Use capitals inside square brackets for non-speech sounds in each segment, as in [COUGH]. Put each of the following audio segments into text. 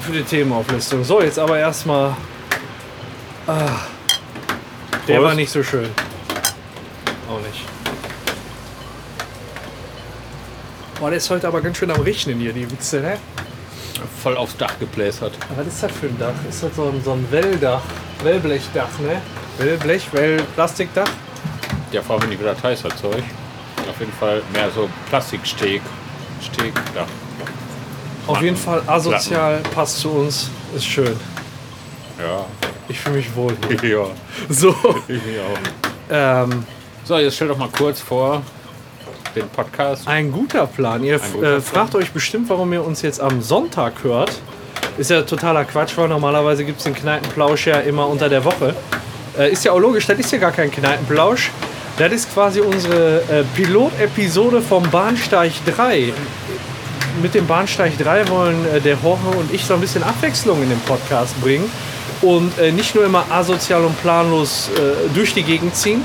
für die Themenauflistung. So, jetzt aber erstmal. Ah, der Prost. war nicht so schön. Auch nicht. Boah, der ist heute aber ganz schön am Rechnen hier, die Witze, ne? Voll aufs Dach gebläsert. Was ist das für ein Dach? Ist das so ein, so ein Welldach? Wellblechdach, ne? Wellblech, Wellplastikdach? Ja, vor allem die wieder heißt das Zeug. Auf jeden Fall mehr so Plastiksteg. Steg, ja. Auf jeden Fall asozial, passt zu uns, ist schön. Ja. [LAUGHS] Ich fühle mich wohl. hier. ja. So, [LAUGHS] Ich mich auch. ähm, So, jetzt stell doch mal kurz vor den Podcast. Ein guter Plan. Ihr guter äh, fragt euch bestimmt, warum ihr uns jetzt am Sonntag hört. Ist ja totaler Quatsch, weil normalerweise gibt es den Kneipenplausch ja immer unter der Woche. Äh, ist ja auch logisch, das ist ja gar kein Kneipenplausch. Das ist quasi unsere äh, Pilotepisode vom Bahnsteig 3. Mit dem Bahnsteig 3 wollen äh, der Jorge und ich so ein bisschen Abwechslung in den Podcast bringen. Und äh, nicht nur immer asozial und planlos äh, durch die Gegend ziehen,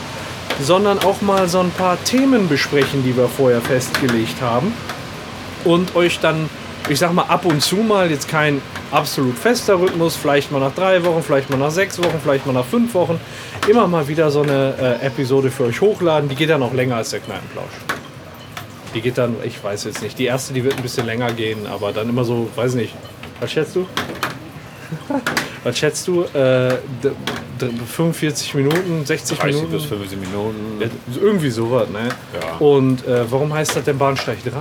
sondern auch mal so ein paar Themen besprechen, die wir vorher festgelegt haben. Und euch dann, ich sag mal, ab und zu mal jetzt kein absolut fester Rhythmus, vielleicht mal nach drei Wochen, vielleicht mal nach sechs Wochen, vielleicht mal nach fünf Wochen, immer mal wieder so eine äh, Episode für euch hochladen. Die geht dann auch länger als der Kneipenplausch. Die geht dann, ich weiß jetzt nicht, die erste, die wird ein bisschen länger gehen, aber dann immer so, weiß nicht, was schätzt du? [LAUGHS] was schätzt du? Äh, d- d- 45 Minuten, 60 30 Minuten? bis 15 Minuten. Äh, Irgendwie sowas, ne? Ja. Und äh, warum heißt das denn Bahnsteig 3?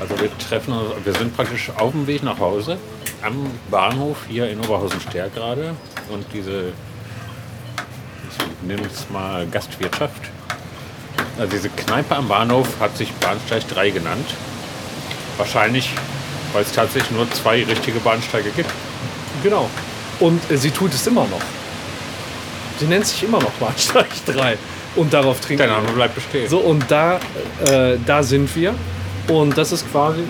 Also wir treffen uns, wir sind praktisch auf dem Weg nach Hause am Bahnhof hier in Oberhausen-Sterk gerade und diese, ich nenne es mal Gastwirtschaft, also diese Kneipe am Bahnhof hat sich Bahnsteig 3 genannt. Wahrscheinlich, weil es tatsächlich nur zwei richtige Bahnsteige gibt. Genau. Und äh, sie tut es immer noch. Sie nennt sich immer noch Bahnsteig 3. Und darauf trinken Der Name wir. bleibt bestehen. So, und da, äh, da sind wir. Und das ist quasi äh,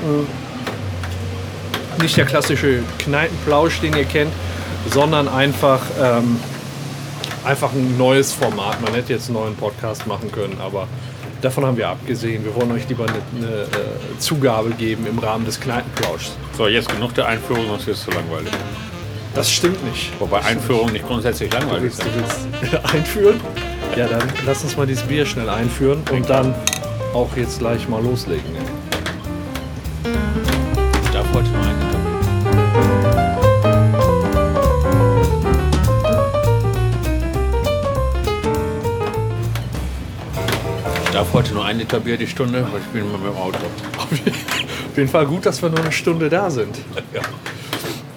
nicht der klassische Kneipenplausch, den ihr kennt, sondern einfach, ähm, einfach ein neues Format. Man hätte jetzt einen neuen Podcast machen können, aber davon haben wir abgesehen. Wir wollen euch lieber eine, eine äh, Zugabe geben im Rahmen des Kneipenplauschs. So, jetzt genug der Einführung, sonst wird es zu langweilig. Das stimmt nicht. Wobei Einführung nicht grundsätzlich langweilig Willst ist. du willst [LAUGHS] einführen? Ja, dann lass uns mal dieses Bier schnell einführen und dann auch jetzt gleich mal loslegen. ey. Ich darf heute mal einen Ich darf heute nur ein Liter Bier die Stunde, weil ich bin immer mit dem Auto. Auf jeden Fall gut, dass wir nur eine Stunde da sind.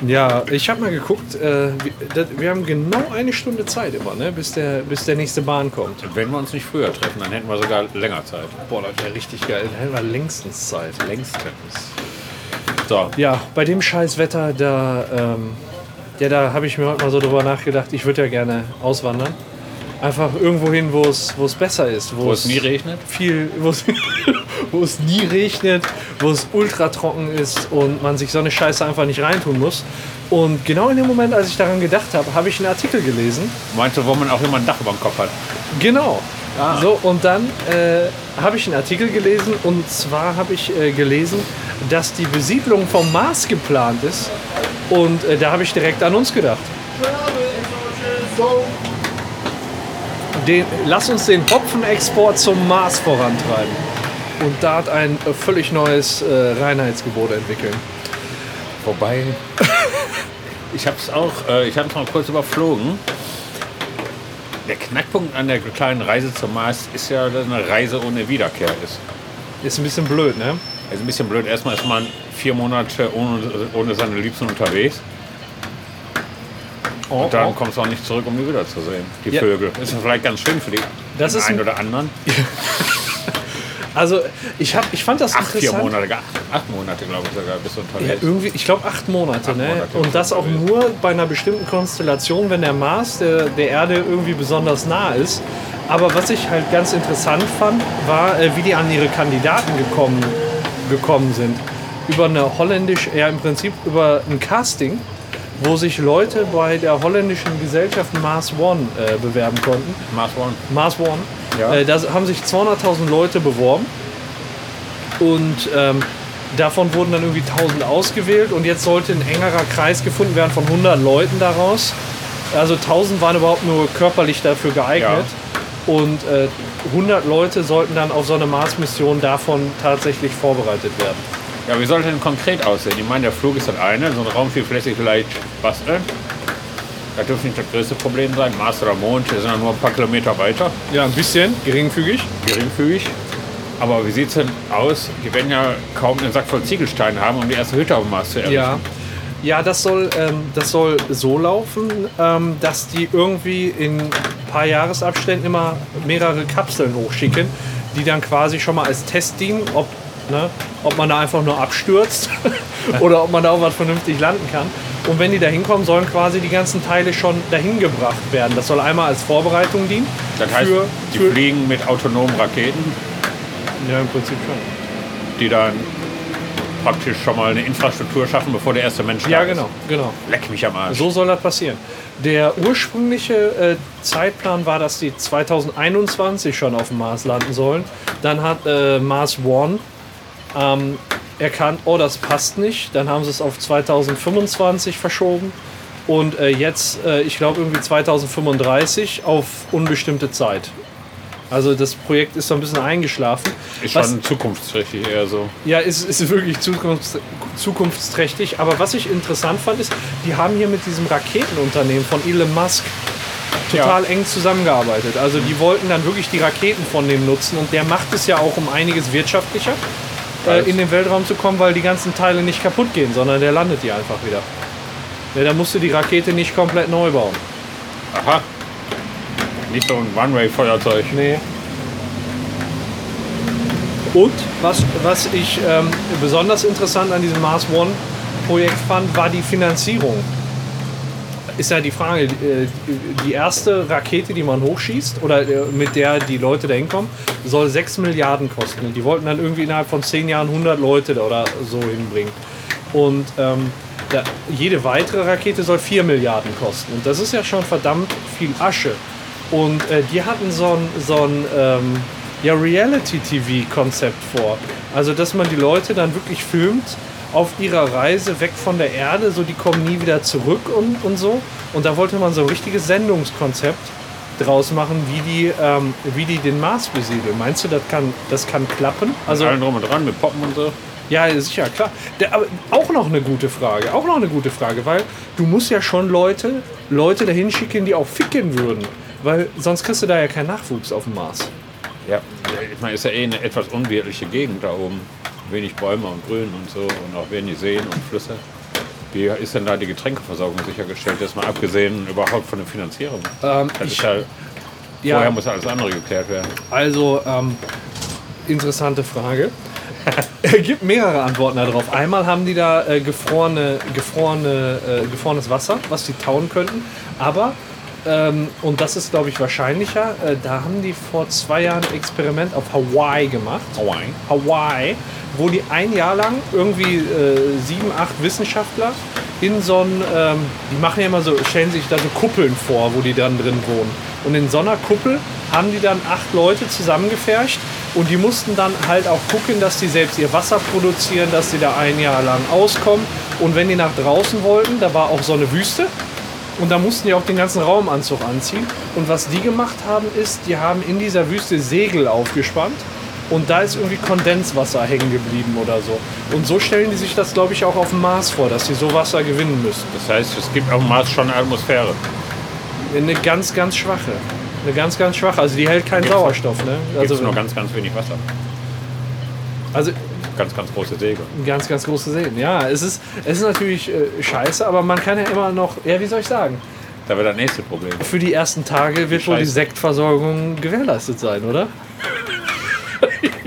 Ja, ich habe mal geguckt, äh, wir, das, wir haben genau eine Stunde Zeit immer, ne, bis, der, bis der nächste Bahn kommt. [LAUGHS] Wenn wir uns nicht früher treffen, dann hätten wir sogar länger Zeit. Boah, das wäre richtig geil. Dann hätten wir längstens Zeit. Längstens. So, Ja, bei dem scheiß Wetter, da, ähm, ja, da habe ich mir heute mal so drüber nachgedacht, ich würde ja gerne auswandern. Einfach irgendwo hin, wo es wo es besser ist. wo es nie regnet, viel, [LAUGHS] wo es- wo es nie regnet, wo es ultra trocken ist und man sich so eine Scheiße einfach nicht reintun muss. Und genau in dem Moment, als ich daran gedacht habe, habe ich einen Artikel gelesen. meinst du, wo man auch immer ein Dach über dem Kopf hat? Genau. Ah. So, und dann äh, habe ich einen Artikel gelesen und zwar habe ich äh, gelesen, dass die Besiedlung vom Mars geplant ist. Und äh, da habe ich direkt an uns gedacht. Den, lass uns den Hopfenexport zum Mars vorantreiben. Und da hat ein äh, völlig neues äh, Reinheitsgebot entwickeln. Wobei, [LAUGHS] ich habe es auch, äh, ich habe es mal kurz überflogen. Der Knackpunkt an der kleinen Reise zum Mars ist ja, dass eine Reise ohne Wiederkehr ist. Ist ein bisschen blöd, ne? Also ein bisschen blöd. Erstmal ist man vier Monate ohne, ohne seine Liebsten unterwegs. Oh, Und dann oh. kommst du auch nicht zurück, um die wiederzusehen. Die Ja. Vögel. Ist ja vielleicht ganz schön für die Das den ist einen ein- oder anderen. Also ich, hab, ich fand das Acht, vier interessant. Monate, acht, acht Monate, glaube ich sogar, bis Ja, unterwegs. Äh, irgendwie, ich glaube acht Monate, Acht ne? Monate. Und das auch nur bei einer bestimmten Konstellation, wenn der Mars der, der Erde irgendwie besonders nah ist. Aber was ich halt ganz interessant fand, war, äh, wie die an ihre Kandidaten gekommen, gekommen sind. Über eine holländische, ja im Prinzip über ein Casting, wo sich Leute bei der holländischen Gesellschaft Mars One äh, bewerben konnten. Mars One. Mars One. Ja. Äh, da haben sich 200.000 Leute beworben und ähm, davon wurden dann irgendwie 1000 ausgewählt und jetzt sollte ein engerer Kreis gefunden werden von 100 Leuten daraus. Also 1000 waren überhaupt nur körperlich dafür geeignet und äh, 100 Leute sollten dann auf so eine Mars-Mission davon tatsächlich vorbereitet werden. Ja, wie soll das denn konkret aussehen? Ich meine, der Flug ist das eine, so ein Raum viel Fläche vielleicht basteln. Das dürfte nicht das größte Problem sein. Mars oder Mond, wir sind ja nur ein paar Kilometer weiter, Ja, ein bisschen, geringfügig. geringfügig. Aber wie sieht es denn aus? Die werden ja kaum einen Sack voll Ziegelsteine haben, um die erste Hütte auf dem Mars zu errichten. Ja. Ja, das soll, ähm, das soll so laufen, ähm, dass die irgendwie in ein paar Jahresabständen immer mehrere Kapseln hochschicken, die dann quasi schon mal als Test dienen, ob, ne, ob man da einfach nur abstürzt [LAUGHS] oder ob man da auch was vernünftig landen kann. Und wenn die da hinkommen, sollen quasi die ganzen Teile schon dahin gebracht werden. Das soll einmal als Vorbereitung dienen. Das heißt, für, die für, fliegen mit autonomen Raketen, ja, im Prinzip schon. die dann praktisch schon mal eine Infrastruktur schaffen, bevor der erste Mensch da Ja, genau, genau. ist. Leck mich am Arsch. So soll das passieren. Der ursprüngliche äh, Zeitplan war, dass die 2021 schon auf dem Mars landen sollen. Dann hat äh, Mars One ähm, erkannt, oh, das passt nicht. Dann haben sie es auf 2025 verschoben. Und äh, jetzt, äh, ich glaube, irgendwie 2035 auf unbestimmte Zeit. Also das Projekt ist so ein bisschen eingeschlafen. Ist Was- schon zukunftsträchtig eher so. ja, es ist wirklich zukunfts zukunftsträchtig. Aber was ich interessant fand, ist, die haben hier mit diesem Raketenunternehmen von Elon Musk total eng zusammengearbeitet. Also die wollten dann wirklich die Raketen von dem nutzen und der macht es ja auch um einiges wirtschaftlicher, äh, in den Weltraum zu kommen, weil die ganzen Teile nicht kaputt gehen, sondern der landet die einfach wieder. Ja, da musst du die Rakete nicht komplett neu bauen. Aha. Nicht so ein One-Way-Feuerzeug. Nee. Und was, was ich ähm, besonders interessant an diesem Mars One Projekt fand, war die Finanzierung. Ist ja die Frage, äh, die erste Rakete, die man hochschießt oder äh, mit der die Leute da hinkommen, soll 6 Milliarden kosten. Und die wollten dann irgendwie innerhalb von 10 Jahren 100 Leute da oder so hinbringen. Und ähm, da, jede weitere Rakete soll 4 Milliarden kosten. Und das ist ja schon verdammt viel Asche. Und äh, die hatten so ein, so ein ähm, ja, Reality-TV-Konzept vor. Also, dass man die Leute dann wirklich filmt auf ihrer Reise weg von der Erde, so die kommen nie wieder zurück und, und so. Und da wollte man so ein richtiges Sendungskonzept draus machen, wie die, ähm, wie die den Mars besiedeln. Meinst du, das kann, das kann klappen? Also Also, allen drum und dran, mit Poppen und so. ja, sicher, klar. Der, aber auch noch eine gute Frage, auch noch eine gute Frage, weil du musst ja schon Leute, Leute dahin schicken, die auch ficken würden. Weil sonst kriegst du da ja keinen Nachwuchs auf dem Mars. Ja. Ich meine, ist ja eh eine etwas unwirtliche Gegend da oben. Wenig Bäume und Grün und so und auch wenig Seen und Flüsse. Wie ist denn da die Getränkeversorgung sichergestellt? Jetzt mal abgesehen überhaupt von der Finanzierung. Ähm, Das ich- ist ja, ja. Vorher muss alles andere geklärt werden. Also, ähm, interessante Frage. [LAUGHS] Es gibt mehrere Antworten darauf. Einmal haben die da äh, gefrorene, gefrorene, äh, gefrorenes Wasser, was die tauen könnten. Aber, ähm, und das ist, glaube ich, wahrscheinlicher, äh, da haben die vor zwei Jahren ein Experiment auf Hawaii gemacht. Hawaii. Hawaii, wo die ein Jahr lang irgendwie äh, sieben, acht Wissenschaftler in so ein, ähm, die machen ja immer so, stellen sich da so Kuppeln vor, wo die dann drin wohnen. Und in so einer Kuppel haben die dann acht Leute zusammengefercht und die mussten dann halt auch gucken, dass die selbst ihr Wasser produzieren, dass die da ein Jahr lang auskommen. Und wenn die nach draußen wollten, da war auch so eine Wüste, und da mussten die auch den ganzen Raumanzug anziehen. Und was die gemacht haben, ist, die haben in dieser Wüste Segel aufgespannt. Und da ist irgendwie Kondenswasser hängen geblieben oder so. Und so stellen die sich das, glaube ich, auch auf dem Mars vor, dass sie so Wasser gewinnen müssen. Das heißt, es gibt auf dem Mars schon eine Atmosphäre. Eine ganz, ganz schwache. Eine ganz, ganz schwache. Also die hält keinen Sauerstoff, ne? Gibt Also, nur ganz, ganz wenig Wasser. also Ganz, ganz große Segel. ganz, ganz große Seen. Ja, es ist, es ist natürlich äh, scheiße, aber man kann ja immer noch, ja, wie soll ich sagen, Da wäre das nächste Problem. für die ersten Tage wird wohl die Scheiße. Sektversorgung gewährleistet sein, oder?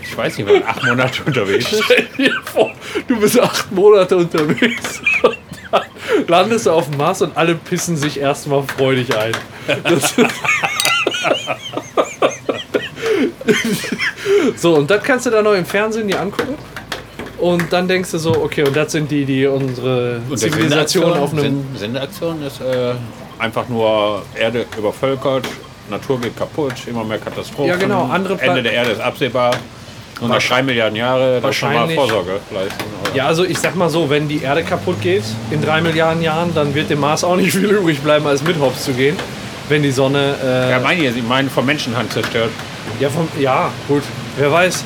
Ich weiß nicht, wenn man acht Monate [LAUGHS] unterwegs ist. Stell dir vor, du bist acht Monate unterwegs und dann landest du auf dem Mars und alle pissen sich erstmal freudig ein. Das ist- [LAUGHS] so, und das kannst du dann noch im Fernsehen dir angucken. Und dann denkst du so, okay, und das sind die, die unsere Und der Zivilisation auf einem Sendeaktion- Sen- Sendeaktion ist äh, einfach nur Erde übervölkert, Natur geht kaputt, immer mehr Katastrophen. Ja, genau, andere Pla- Ende der Erde ist absehbar. Und nach drei Milliarden Jahre da schon mal Wahrscheinlich- Vorsorge leisten. oder? Ja, also ich sag mal so, wenn die Erde kaputt geht in drei Milliarden Jahren, dann wird dem Mars auch nicht viel übrig bleiben, als mit Hops zu gehen. Wenn die Sonne. Äh, Ja, meine ich, ich meine von Menschenhand zerstört. ja, vom, ja, gut. Wer weiß.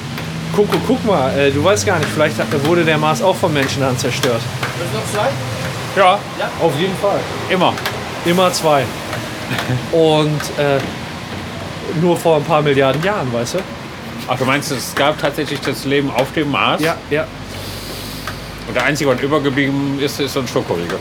Guck, guck, guck mal, äh, du weißt gar nicht, vielleicht hat- wurde der Mars auch von Menschenhand zerstört. noch zwei? Ja, Auf jeden Fall. immer. Immer [LAUGHS] zwei. Und äh, nur vor ein paar Milliarden Jahren, weißt du? Ach, du meinst, es gab tatsächlich das Leben auf dem Mars? ja. Und der Einzige, was übergeblieben ist, ist so ein Schokoriegel.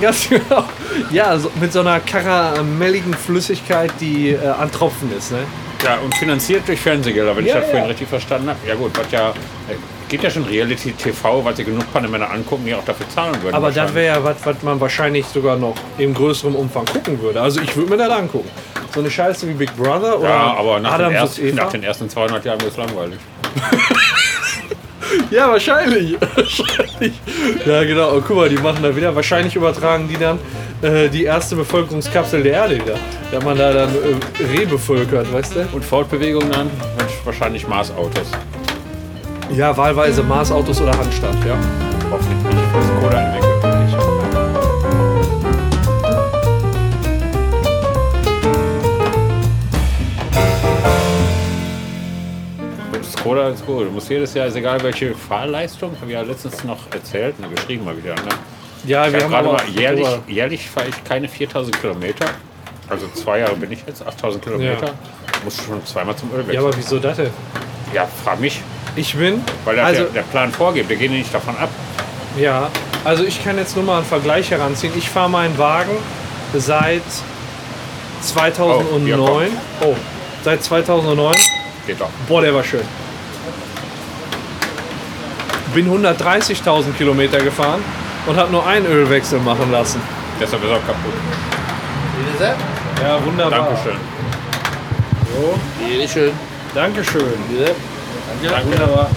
Ganz genau. Ja, so, mit so einer karamelligen Flüssigkeit, die äh, an Tropfen ist, ne? Ja, und finanziert durch Fernsehgelder, wenn Ja, ich das ja. vorhin richtig verstanden habe. Ja gut, was ja, äh, geht ja schon Reality TV, weil sie genug Panemänner angucken, die auch dafür zahlen würden. Aber das wahrscheinlich. wäre ja was, was man wahrscheinlich sogar noch im größeren Umfang gucken würde. Also ich würde mir das angucken. So eine Scheiße wie Big Brother oder ja, aber nach Adam den, sucht ersten, Eva. nach den ersten 200 Jahren wird es langweilig. Ja, wahrscheinlich. [LAUGHS] wahrscheinlich. Ja, genau. Oh, guck mal, die machen da wieder. Wahrscheinlich übertragen die dann äh, die erste Bevölkerungskapsel der Erde wieder. Da man da dann äh, rehbevölkert, weißt du? Und Fortbewegung dann? Mensch, Wahrscheinlich Marsautos. Ja, wahlweise Marsautos oder Handstand, ja. Hoffentlich nicht fürs Kohle entwickelt. Skoda ist cool. Du musst jedes Jahr, ist egal welche Fahrleistung, habe ich ja letztens noch erzählt, ne, geschrieben mal wieder. Ne? Ja, wir Ich hab haben gerade aber mal jährlich, drüber- jährlich fahre ich keine 4000 Kilometer. Also zwei Jahre bin ich jetzt, 8000 Kilometer. Muss schon zweimal zum Ölwechsel. Ja, aber wieso das denn? ja, frag mich, Ich bin. weil das also, der, der Plan vorgibt. Wir gehen ja nicht davon ab. Ja, also ich kann jetzt nur mal einen Vergleich heranziehen. Ich fahre meinen Wagen seit 2009. Oh, hier Oh, seit 2009. Geht doch. Boah, der war schön. Bin 130.000 Kilometer gefahren und habe nur einen Ölwechsel machen lassen. Deshalb ist er auch kaputt. Bitte sehr. Ja, wunderbar. Dankeschön. Bitte schön. Dankeschön. Bitte. Wunderbar.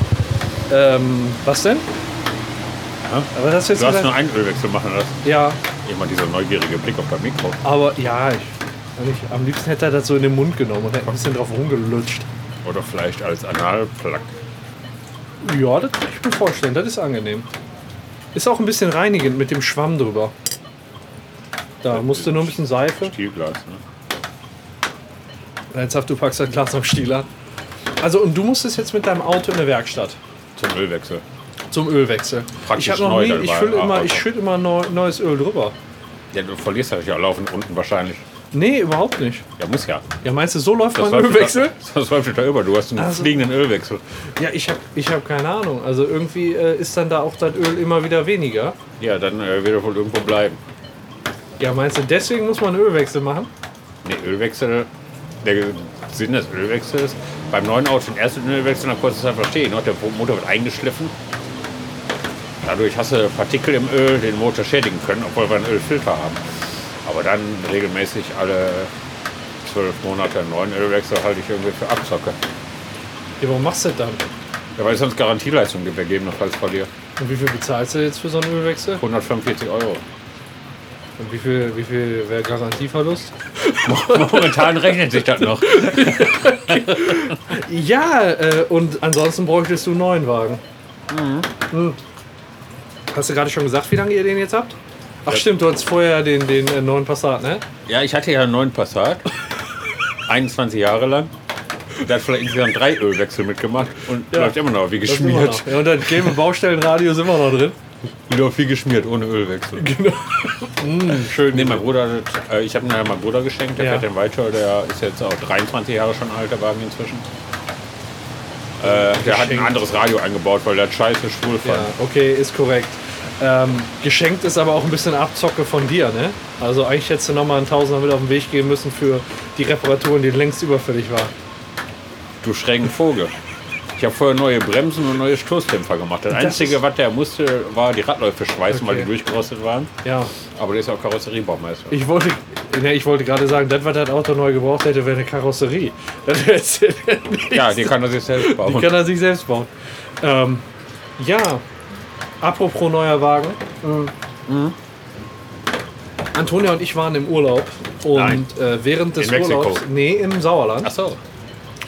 Ähm, was denn? Ja. Aber das jetzt Du hast gesagt? nur einen Ölwechsel machen lassen. Ja, Immer dieser neugierige Blick auf das Mikro. aber ja, ich, also ich, am liebsten hätte er das so in den Mund genommen und hätte ein bisschen drauf rumgelutscht. Oder vielleicht als Analplug. Ja, das kann ich mir vorstellen. Das ist angenehm. Ist auch ein bisschen reinigend mit dem Schwamm drüber. Da musst du nur ein bisschen Seife. Stielglas. Ne? Jetzt hast du packst das Glas am Stiel an. Also und du musstest jetzt mit deinem Auto in der Werkstatt Zum Ölwechsel. zum Ölwechsel. Praktisch ich hab noch neu nie, dann ich war fülle ein immer, Auto. ich schütte immer neu, neues Öl drüber. Ja, du verlierst das ja laufend unten wahrscheinlich. Nee, überhaupt nicht. Ja, muss ja. Ja, meinst du, so läuft mein läuft Ölwechsel? Da, [LAUGHS] das läuft da über. Du hast einen Also- fliegenden Ölwechsel. Ja, ich habe ich hab keine Ahnung. Also irgendwie äh, ist dann da auch das Öl immer wieder weniger. Ja, dann äh, wird er wohl irgendwo bleiben. Ja, meinst du, deswegen muss man einen Ölwechsel machen? Nee, Ölwechsel, der Sinn des Ölwechsels, beim neuen Auto den ersten Ölwechsel nach kurzer Zeit verstehen. ne? Der Motor wird eingeschliffen. Dadurch hast du Partikel im Öl den Motor schädigen können, obwohl wir einen Ölfilter haben. Aber dann regelmäßig alle zwölf Monate einen neuen Ölwechsel halte ich irgendwie für Abzocke. Ja, warum machst du das dann? Ja, weil es sonst Garantieleistung gibt, gegebenenfalls verliere. Und wie viel bezahlst du jetzt für so einen Ölwechsel? 145 Euro. Und wie viel, wie viel wäre Garantieverlust? [LAUGHS] Momentan rechnet sich das noch. Ja, äh, und ansonsten bräuchtest du einen neuen Wagen. Hm. Hast du gerade schon gesagt, wie lange ihr den jetzt habt? Ach stimmt, du hattest vorher den, den äh, neuen Passat, ne? Ja, ich hatte ja einen neuen [LAUGHS] Passat. 21 Jahre lang. Der hat vielleicht insgesamt drei Ölwechsel mitgemacht und läuft immer noch wie Das ist immer geschmiert. noch. Ja, und das gelbe Baustellenradio ist immer noch drin. Läuft wie geschmiert, ohne Ölwechsel. Genau. schön. Nee, mein Bruder, hat- äh, ich habe ihn ja meinem Bruder geschenkt, der Ja. fährt den weiter, der ist jetzt auch 23 Jahre schon alt, der Wagen inzwischen. Äh, der hat ein Geschenkt. anderes Radio eingebaut, weil der scheiße schwul fand. Ja, okay, ist korrekt. Ähm, geschenkt ist aber auch ein bisschen Abzocke von dir, ne? Also eigentlich hättest du nochmal einen Tausender mit auf den Weg gehen müssen für die Reparaturen, die längst überfällig waren. Du schrägen Vogel. Ich habe vorher neue Bremsen und neue Stoßdämpfer gemacht. Das, Einzige, ist- was der musste, war die Radläufe schweißen, weil die Okay. durchgerostet waren. Ja, Aber der ist auch Karosseriebaumeister. ich wollte, ne, ich wollte gerade sagen, das, was das Auto neu gebraucht hätte, wäre eine Karosserie. Das wäre es nicht. [LAUGHS] Ja, den kann er sich selbst bauen. Die kann er sich selbst bauen. Ähm, ja, apropos neuer Wagen. Mhm. Antonia und ich waren im Urlaub Nein. und äh, während des In Mexiko. Urlaubs, nee, im Sauerland. Ach so.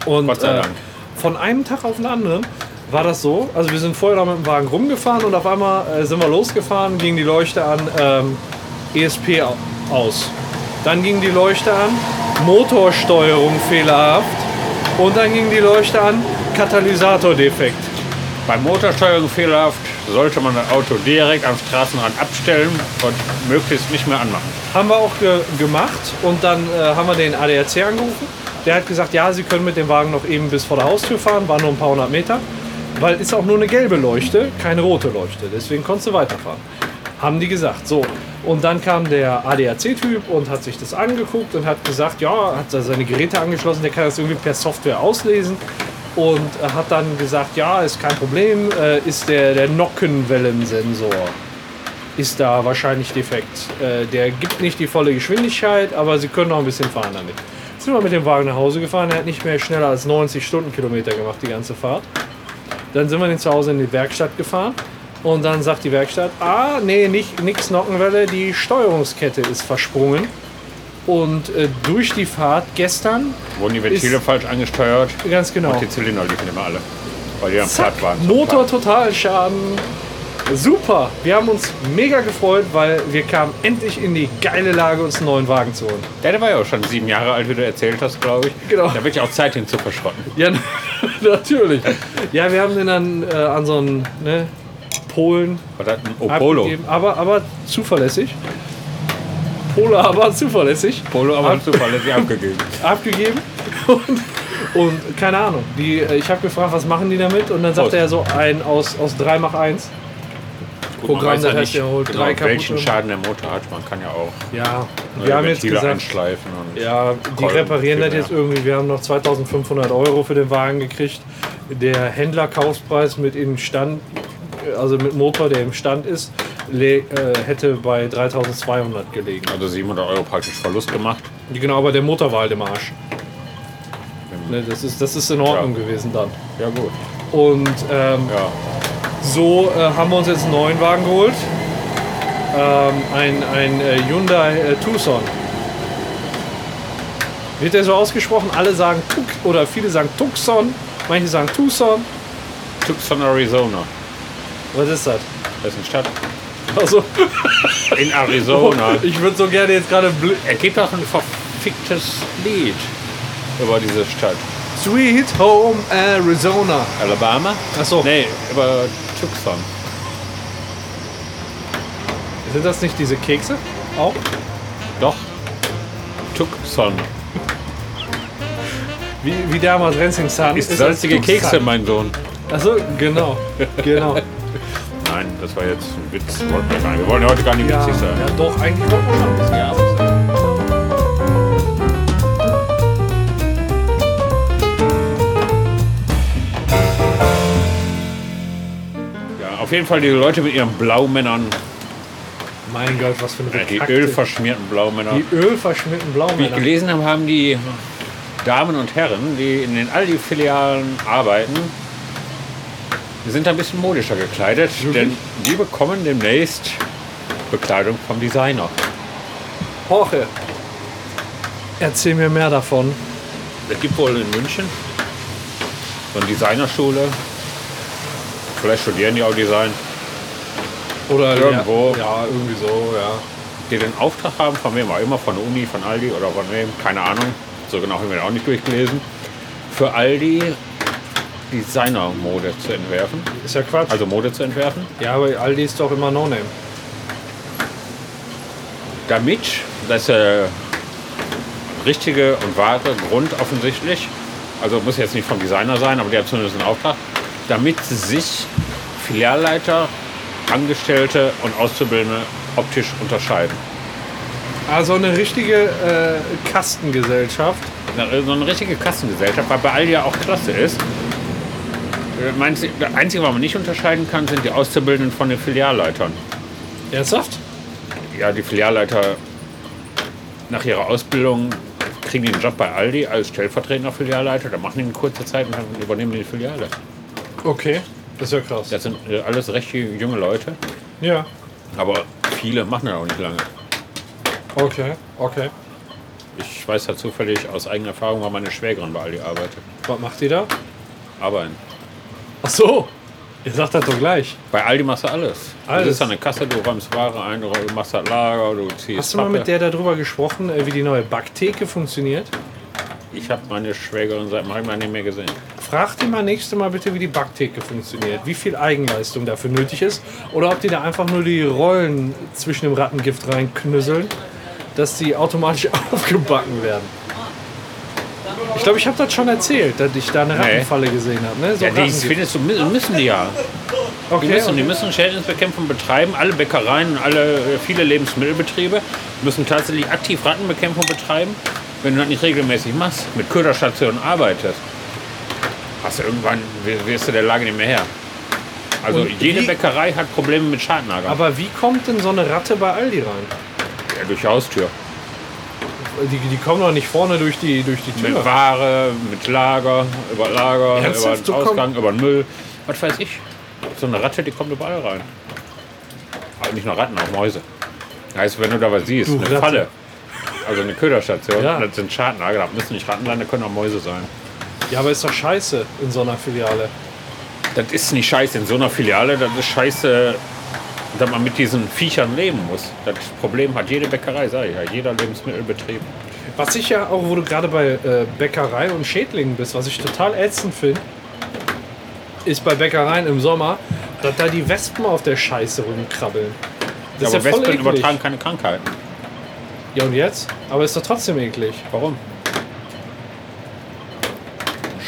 Und Gott sei äh, Dank. von einem Tag auf den anderen war das so. Also wir sind vorher da mit dem Wagen rumgefahren und auf einmal äh, sind wir losgefahren, ging die Leuchte an, ähm, ESP au- aus. Dann ging die Leuchte an, Motorsteuerung fehlerhaft. Und dann ging die Leuchte an, Katalysatordefekt. Bei Motorsteuerung fehlerhaft sollte man das Auto direkt am Straßenrand abstellen und möglichst nicht mehr anmachen. Haben wir auch ge gemacht und dann äh, haben wir den ADAC angerufen. Der hat gesagt, ja, Sie können mit dem Wagen noch eben bis vor der Haustür fahren, waren nur ein paar hundert Meter. Weil ist auch nur eine gelbe Leuchte, keine rote Leuchte. Deswegen konntest du weiterfahren. Haben die gesagt, so. Und dann kam der ADAC-Typ und hat sich das angeguckt und hat gesagt, ja, hat da seine Geräte angeschlossen, der kann das irgendwie per Software auslesen. Und äh, hat dann gesagt, ja, ist kein Problem, äh, ist der, der Nockenwellensensor ist da wahrscheinlich defekt. Äh, der gibt nicht die volle Geschwindigkeit, aber sie können noch ein bisschen fahren damit. Sind wir mit dem Wagen nach Hause gefahren, er hat nicht mehr schneller als 90 Stundenkilometer gemacht, die ganze Fahrt. Dann sind wir den zu Hause in die Werkstatt gefahren und dann sagt die Werkstatt, ah, nee, nicht, nix Nockenwelle, die Steuerungskette ist versprungen. Und äh, durch die Fahrt gestern, Wurden die Ventile Ist- falsch angesteuert ganz genau, und die Zylinder liefen immer alle, weil die am Zack, Platt waren. Motor Totalschaden. Super, wir haben uns mega gefreut, weil wir kamen endlich in die geile Lage, uns einen neuen Wagen zu holen. Ja, Der war ja auch schon sieben Jahre alt, wie du erzählt hast, glaube ich. Genau. Da wird ja auch Zeit hin zu verschrotten. Ja, [LAUGHS] natürlich. Ja, wir haben den dann äh, an so einen ne, Polen War das ein Opolo? abgegeben, aber, aber zuverlässig. Pole, aber zuverlässig. Polo aber [LAUGHS] zuverlässig abgegeben. abgegeben und, und keine Ahnung. Die, äh, ich habe gefragt, was machen die damit? Und dann sagte Prost. er so ein aus, aus 3 mach 1. Gut, Programm, man weiß das heißt, ja der holt nicht genau, drei welchen kaputte- Schaden der Motor hat. Man kann ja auch Ja, wir neue haben jetzt Ventile gesagt, anschleifen. Und Ja, die Kolben, reparieren das viel jetzt mehr. irgendwie. Wir haben noch 2500 Euro für den Wagen gekriegt. Der Händlerkaufspreis mit Instand, also mit Motor, der im Stand ist, le- äh, hätte bei 3200 gelegen. Also 700 Euro praktisch Verlust gemacht. Genau, aber der Motor war halt im Arsch. Ne, das, ist, das ist in Ordnung Ja. gewesen dann. Ja gut. Und ähm, Ja. so äh, haben wir uns jetzt einen neuen Wagen geholt. Ähm, ein ein äh, Hyundai äh, Tucson. Wird der so ausgesprochen? Alle sagen Tuk oder viele sagen Tucson, manche sagen Tucson. Tucson, Arizona. Was ist das? Das ist eine Stadt. Also, [LAUGHS] In Arizona. ich würde so gerne jetzt gerade. bl- Er gibt doch ein verficktes Lied über diese Stadt. Sweet Home Arizona. Alabama? Achso, Nee, über Tucson. sind das nicht diese Kekse? Auch? Doch. Tucson. Wie, wie damals Rensing Sun. Ist das salzige Tucson. Kekse, mein Sohn. Achso, genau. genau. Nein, das war jetzt ein Witz. Wollten wir gar nicht. Wir wollen ja heute gar nicht Ja, witzig sein. ja, doch, eigentlich wollte man schon. Ja, auf jeden Fall die Leute mit ihren Blaumännern, Mein Gott, was für eine äh, die bekackte... ölverschmierten Blaumänner. Die ölverschmierten Wie ich Blaumänner. gelesen habe, haben die Damen und Herren, die in den Aldi-Filialen arbeiten, die sind ein bisschen modischer gekleidet, denn die bekommen demnächst Bekleidung vom Designer. Jorge, erzähl mir mehr davon. Es gibt wohl in München so eine Designerschule. Vielleicht studieren die auch Design. Oder Irgendwo. Ja, ja, irgendwie so, ja. die den Auftrag haben, von wem auch immer, von der Uni, von Aldi oder von wem, keine Ahnung, so genau haben wir das auch nicht durchgelesen, für Aldi Designermode zu entwerfen, Ist ja Quatsch. also Mode zu entwerfen, ja, aber Aldi ist doch immer No-Name. damit, das ist der richtige und wahre Grund offensichtlich, also muss jetzt nicht vom Designer sein, aber die hat zumindest einen Auftrag, damit sich Filialleiter, Angestellte und Auszubildende optisch unterscheiden. Also eine richtige äh, Kastengesellschaft. so eine richtige Kassengesellschaft, weil bei all ja auch klasse ist. Äh, Meinst, du, das Einzige, was man nicht unterscheiden kann, sind die Auszubildenden von den Filialleitern. Ernsthaft? Ja, die Filialleiter nach ihrer Ausbildung kriegen den Job bei Aldi als stellvertretender Filialleiter, dann machen die eine kurze Zeit und dann übernehmen die die Filiale. Okay. Das ist ja krass. Das sind äh, alles recht junge Leute, Ja. aber viele machen das auch nicht lange. Okay, okay. Ich weiß da zufällig aus eigener Erfahrung, weil meine Schwägerin bei Aldi arbeitet. Was macht die da? Aber Ach so. Ihr sagt das doch gleich. bei Aldi machst du alles. Alles. Du sitzt an der Kasse, du räumst Ware ein, du machst das Lager, du ziehst Hast du mal Pappe. mit der darüber gesprochen, äh, wie die neue Backtheke funktioniert? Ich habe meine Schwägerin seit einem halben Jahr nicht mehr gesehen. Frag die mal nächstes Mal bitte, wie die Backtheke funktioniert. Wie viel Eigenleistung dafür nötig ist. Oder ob die da einfach nur die Rollen zwischen dem Rattengift reinknüsseln, dass die automatisch [LAUGHS] aufgebacken werden. Ich glaube, ich habe das schon erzählt, dass ich da eine Rattenfalle gesehen habe. Ne? So Ja, die Rattengift. findest du, mü- müssen die ja. Die okay, müssen, die müssen Schädlingsbekämpfung betreiben. Alle Bäckereien, alle, äh, viele Lebensmittelbetriebe müssen tatsächlich aktiv Rattenbekämpfung betreiben. Wenn du das nicht regelmäßig machst, mit Köderstationen arbeitest, hast du irgendwann, w- wirst du der Lage nicht mehr her. Also Und jede wie- Bäckerei hat Probleme mit Schadnager. Aber wie kommt denn so eine Ratte bei Aldi rein? Ja, durch die Haustür. Die, die kommen doch nicht vorne durch die, durch die Mit Tür. Ware, mit Lager, über Lager, Ernsthaft? über Du den komm- Ausgang, über den Müll. Was weiß ich. So eine Ratte, die kommt überall rein. Aber nicht nur Ratten, auch Mäuse. Heißt, wenn du da was siehst, Du eine Ratte. Falle. Also eine Köderstation, Ja. das sind Schadlager, da müssen nicht Ratten sein, da können auch Mäuse sein. Ja, aber ist doch scheiße in so einer Filiale. Das ist nicht scheiße in so einer Filiale, das ist scheiße, dass man mit diesen Viechern leben muss. Das Problem hat jede Bäckerei, sag ich ja, jeder Lebensmittelbetrieb. Was ich ja auch, wo du gerade bei äh, Bäckerei und Schädlingen bist, was ich total ätzend finde, ist bei Bäckereien im Sommer, dass da die Wespen auf der Scheiße rumkrabbeln. Ja, Das aber ist ja voll Wespen eklig. übertragen keine Krankheiten. Ja und jetzt? Aber ist doch trotzdem eklig. Warum?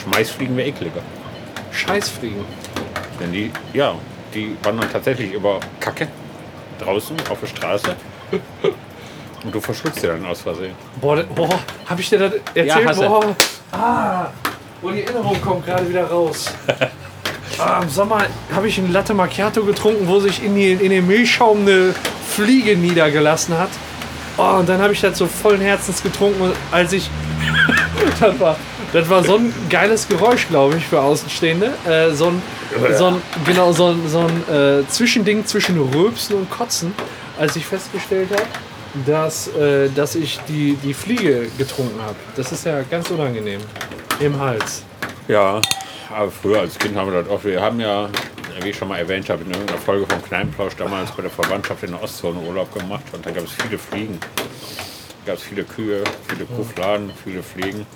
Schmeißfliegen wäre ekliger. Scheißfliegen. Denn die, ja, die wandern tatsächlich über Kacke draußen auf der Straße. [LAUGHS] Und du verschluckst sie dann aus Versehen. Boah, da- boah hab ich dir das erzählt? hast du. boah. Ah, oh, die Erinnerung kommt gerade wieder raus. Ah, Im Sommer habe ich einen Latte Macchiato getrunken, wo sich in, die, in den Milchschaum eine Fliege niedergelassen hat. Oh, und dann habe ich das so vollen Herzens getrunken, und als ich. das, war, das war so ein geiles Geräusch, glaube ich, für Außenstehende. Äh, so ein, so ein, genau, so ein, so ein äh, Zwischending zwischen Rülpsen und Kotzen, als ich festgestellt habe, dass, äh, dass ich die, die Fliege getrunken habe. Das ist ja ganz unangenehm. Im Hals. Ja, aber früher als Kind haben wir das oft. Wir haben ja, wie ich schon mal erwähnt habe, in irgendeiner Folge vom Kleinplausch damals bei der Verwandtschaft in der Ostzone Urlaub gemacht. Und da gab es viele Fliegen. Da gab es viele Kühe, viele Kuhfladen, viele Fliegen.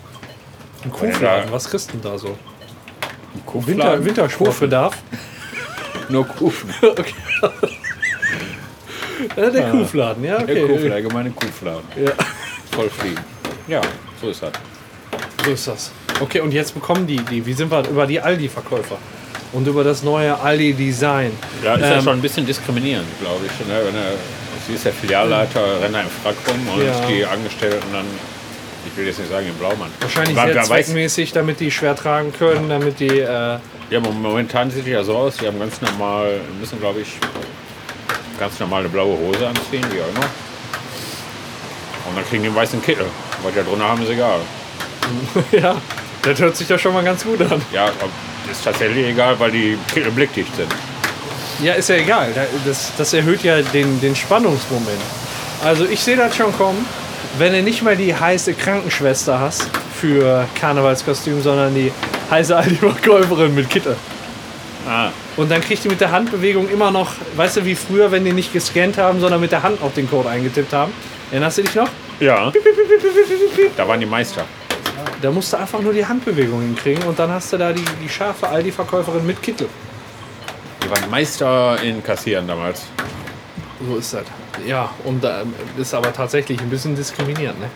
Ein Kuhfladen, was kriegst du denn da so? Winter, Kuhfladen? Winterschwurfbedarf? Nur Kufen. Äh, der Kuhfladen, ja, okay. Der Kuhfladen, allgemeine Kuhfladen. Ja. Voll fliegen. Ja, so ist das. So ist das. Okay, und jetzt bekommen die, die wie sind wir über die Aldi-Verkäufer und über das neue Aldi-Design. Ja, ist Ähm, ja schon ein bisschen diskriminierend, glaube ich. Ne? Wenn er, sie ist der Filialleiter, rennt da im Frack rum und Ja. die Angestellten dann, ich will jetzt nicht sagen, im Blaumann. Wahrscheinlich Weil sehr wer weiß, zweckmäßig, damit die schwer tragen können, damit die. Äh, [LAUGHS] ja, aber momentan sieht es ja so aus, die haben ganz normal, müssen glaube ich, ganz normale blaue Hose anziehen, wie auch immer. Und dann kriegen die einen weißen Kittel, weil da drunter haben sie egal. ja, das hört sich doch schon mal ganz gut an. Ja, ob- ist tatsächlich egal, weil die Kittel blickdicht sind. Ja, ist ja egal. Da- Das, das erhöht ja den, den Spannungsmoment. Also ich sehe das schon kommen, wenn du nicht mal die heiße Krankenschwester hast für Karnevalskostüm, sondern die heiße Aldi-Verkäuferin mit Kittel. Ah, Und dann kriegt die mit der Handbewegung immer noch, weißt du, wie früher, wenn die nicht gescannt haben, sondern mit der Hand noch den Code eingetippt haben. Erinnerst du dich noch? ja. Da waren die Meister. Da musst du einfach nur die Handbewegung hinkriegen und dann hast du da die, die scharfe Aldi-Verkäuferin mit Kittel. Die waren Meister in Kassieren damals. So ist das. Ja, und da äh, ist aber tatsächlich ein bisschen diskriminierend, ne?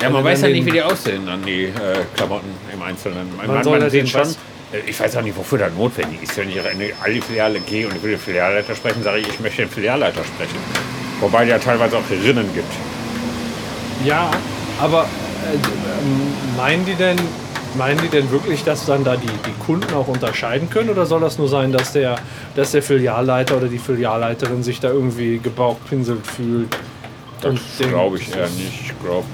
Ja, Also man Wenn weiß dann ja nicht, den- wie die aussehen an die äh, Klamotten im Einzelnen. Man, soll man das sieht denn schon, was- äh, ich weiß auch nicht, wofür das notwendig ist. Wenn ich in die- alle Filiale gehe und ich will den Filialleiter sprechen, sage ich, ich möchte den Filialleiter sprechen. Wobei es ja teilweise auch Rinnen gibt. Ja, aber äh, ähm, meinen die denn, Meinen die denn wirklich, dass dann da die, die Kunden auch unterscheiden können? Oder soll das nur sein, dass der, dass der Filialleiter oder die Filialleiterin sich da irgendwie gebauchpinselt fühlt? Das den- glaube ich eher nicht. Ich glaube,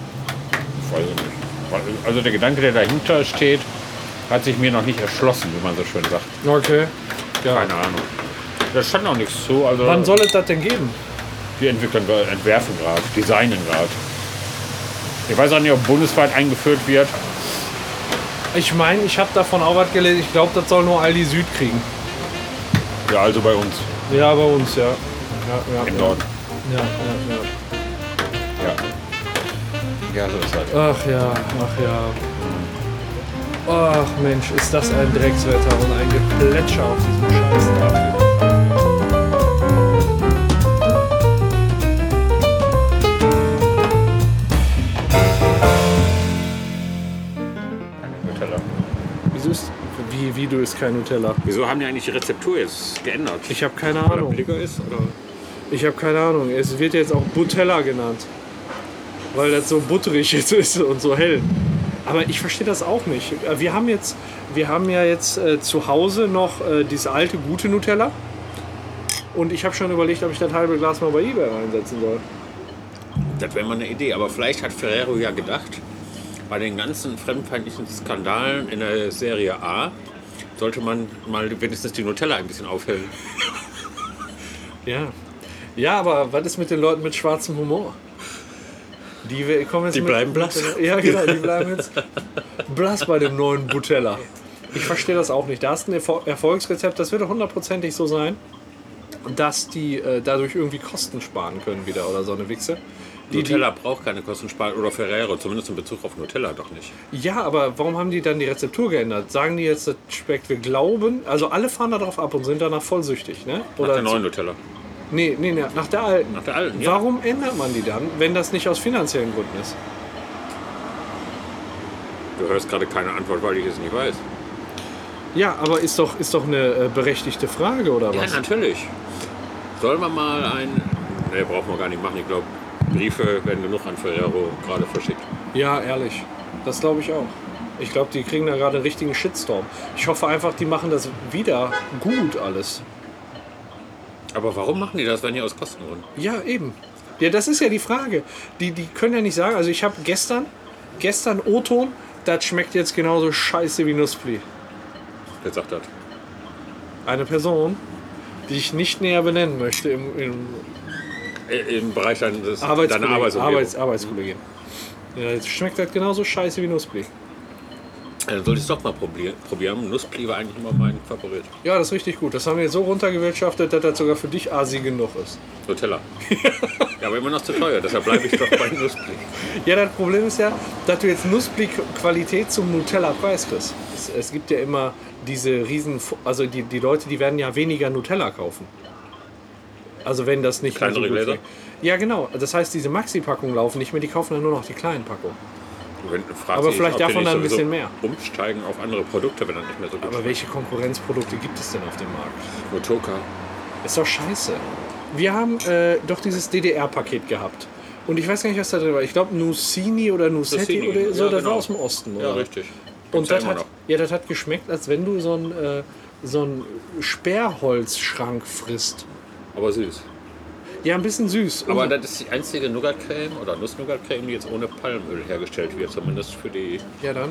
ich weiß es nicht. Weil- Also der Gedanke, der dahinter steht, hat sich mir noch nicht erschlossen, wie man so schön sagt. Okay. Ja. Keine Ahnung. Da stand noch nichts zu. Also Wann soll es das denn geben? wir entwickeln, wir entwerfen gerade, designen gerade. Ich weiß auch nicht, ob bundesweit eingeführt wird. Ich meine, ich habe davon auch was gelesen. Ich glaube, das soll nur Aldi Süd kriegen. Ja, also bei uns Ja, bei uns, ja. Ja, ja, im ja. Norden. ja, ja, ja. Ja. Ja, so ist halt. Ach ja, ach ja. Ach Mensch, ist das ein Dreckswetter und ein Geplätscher auf diesem Scheißdach. Nutella. Wieso ist, wie, wie, du isst kein Nutella? Wieso haben die eigentlich die Rezeptur jetzt geändert? Ich habe keine Weil er Ahnung. billiger ist? Oder? Ich habe keine Ahnung. Es wird jetzt auch Butella genannt. Weil das so butterig [LAUGHS] jetzt ist und so hell. Aber ich verstehe das auch nicht. Äh, Wir haben, jetzt, wir haben ja jetzt äh, zu Hause noch äh, dieses alte, gute Nutella. Und ich habe schon überlegt, ob ich das halbe Glas mal bei eBay reinsetzen soll. Das wäre mal eine Idee. Aber vielleicht hat Ferrero ja gedacht, bei den ganzen fremdfeindlichen Skandalen in der Serie A sollte man mal wenigstens die Nutella ein bisschen aufhellen. Ja. Ja, aber was ist mit den Leuten mit schwarzem Humor? Die we- kommen jetzt Die mit, bleiben blass. Mit, ja, genau, die bleiben jetzt blass bei dem neuen Butella. Ich verstehe das auch nicht. Da ist ein Erfol- Erfolgsrezept, das wird doch hundertprozentig so sein, dass die äh, dadurch irgendwie Kosten sparen können wieder oder so eine Wichse. Die, die, Nutella braucht keine Kostenspar oder Ferrero, zumindest in Bezug auf Nutella doch nicht. ja, aber warum haben die dann die Rezeptur geändert? Sagen die jetzt, das schmeckt, wir glauben, also alle fahren da drauf ab und sind danach vollsüchtig, ne? Nach Oder der neuen Nutella. nee, nee, nee, nach der alten. Nach der alten, ja. Warum ändert man die dann, wenn das nicht aus finanziellen Gründen ist? Du hörst gerade keine Antwort, weil ich es nicht weiß. Ja, aber ist doch, ist doch eine äh, berechtigte Frage, oder Ja, was? natürlich. Sollen wir mal ein... Ne, braucht man gar nicht machen. Ich glaube, Briefe werden genug an Ferrero gerade verschickt. Ja, ehrlich. Das glaube ich auch. Ich glaube, die kriegen da gerade einen richtigen Shitstorm. Ich hoffe einfach, die machen das wieder gut alles. Aber warum machen die das, wenn die aus Kostengründen? Ja, eben. Ja, das ist ja die Frage. Die, die können ja nicht sagen, also ich habe gestern, gestern O-Ton, das schmeckt jetzt genauso scheiße wie Nusspli. Wer sagt das? Eine Person, die ich nicht näher benennen möchte im, im Äh, Im Bereich deines, deiner Arbeitskollegien. Arbeitsumgebung. Arbeits, Arbeitskollegin. Ja, jetzt schmeckt das genauso scheiße wie Nusspli. Ja, Dann sollte Äh, ich es doch mal probieren. probieren. Nusspli war eigentlich immer mein Favorit. Ja, das ist richtig gut. Das haben wir jetzt so runtergewirtschaftet, dass das sogar für dich asi genug ist. Nutella. ja, aber immer noch zu teuer, deshalb bleibe ich [LAUGHS] doch bei Nusspli. [LAUGHS] Ja, das Problem ist ja, dass du jetzt Nussblick-Qualität zum Nutella-Preis kriegst. Es, es gibt ja immer diese riesen... Also die, die Leute, die werden ja weniger Nutella kaufen. Also wenn das nicht... mehr Kleinere gut Gläser? schmeckt. Ja, genau. Das heißt, diese Maxi-Packungen laufen nicht mehr, die kaufen dann nur noch die kleinen Packungen. Wenn, fragt Aber sich, vielleicht ob darf die man nicht da ein sowieso bisschen mehr. Umsteigen auf andere Produkte, wenn das nicht mehr so gut Aber ist. welche Konkurrenzprodukte gibt es denn auf dem Markt? Nur Toka. Ist doch scheiße. Wir haben äh, doch dieses DDR-Paket gehabt. Und ich weiß gar nicht, was da drin war. Ich glaube, Nussini oder Nussetti Nussini, oder so, ja, das genau. war aus dem Osten. Ja, oder? richtig. Und Gibt's ja das immer hat, noch. ja, das hat geschmeckt, als wenn du so einen, äh, so einen Sperrholzschrank frisst. Aber süß. Ja, ein bisschen süß. Aber Und- das ist die einzige Nougat-Creme oder Nuss-Nougat-Creme, die jetzt ohne Palmöl hergestellt wird, zumindest für die ja, dann.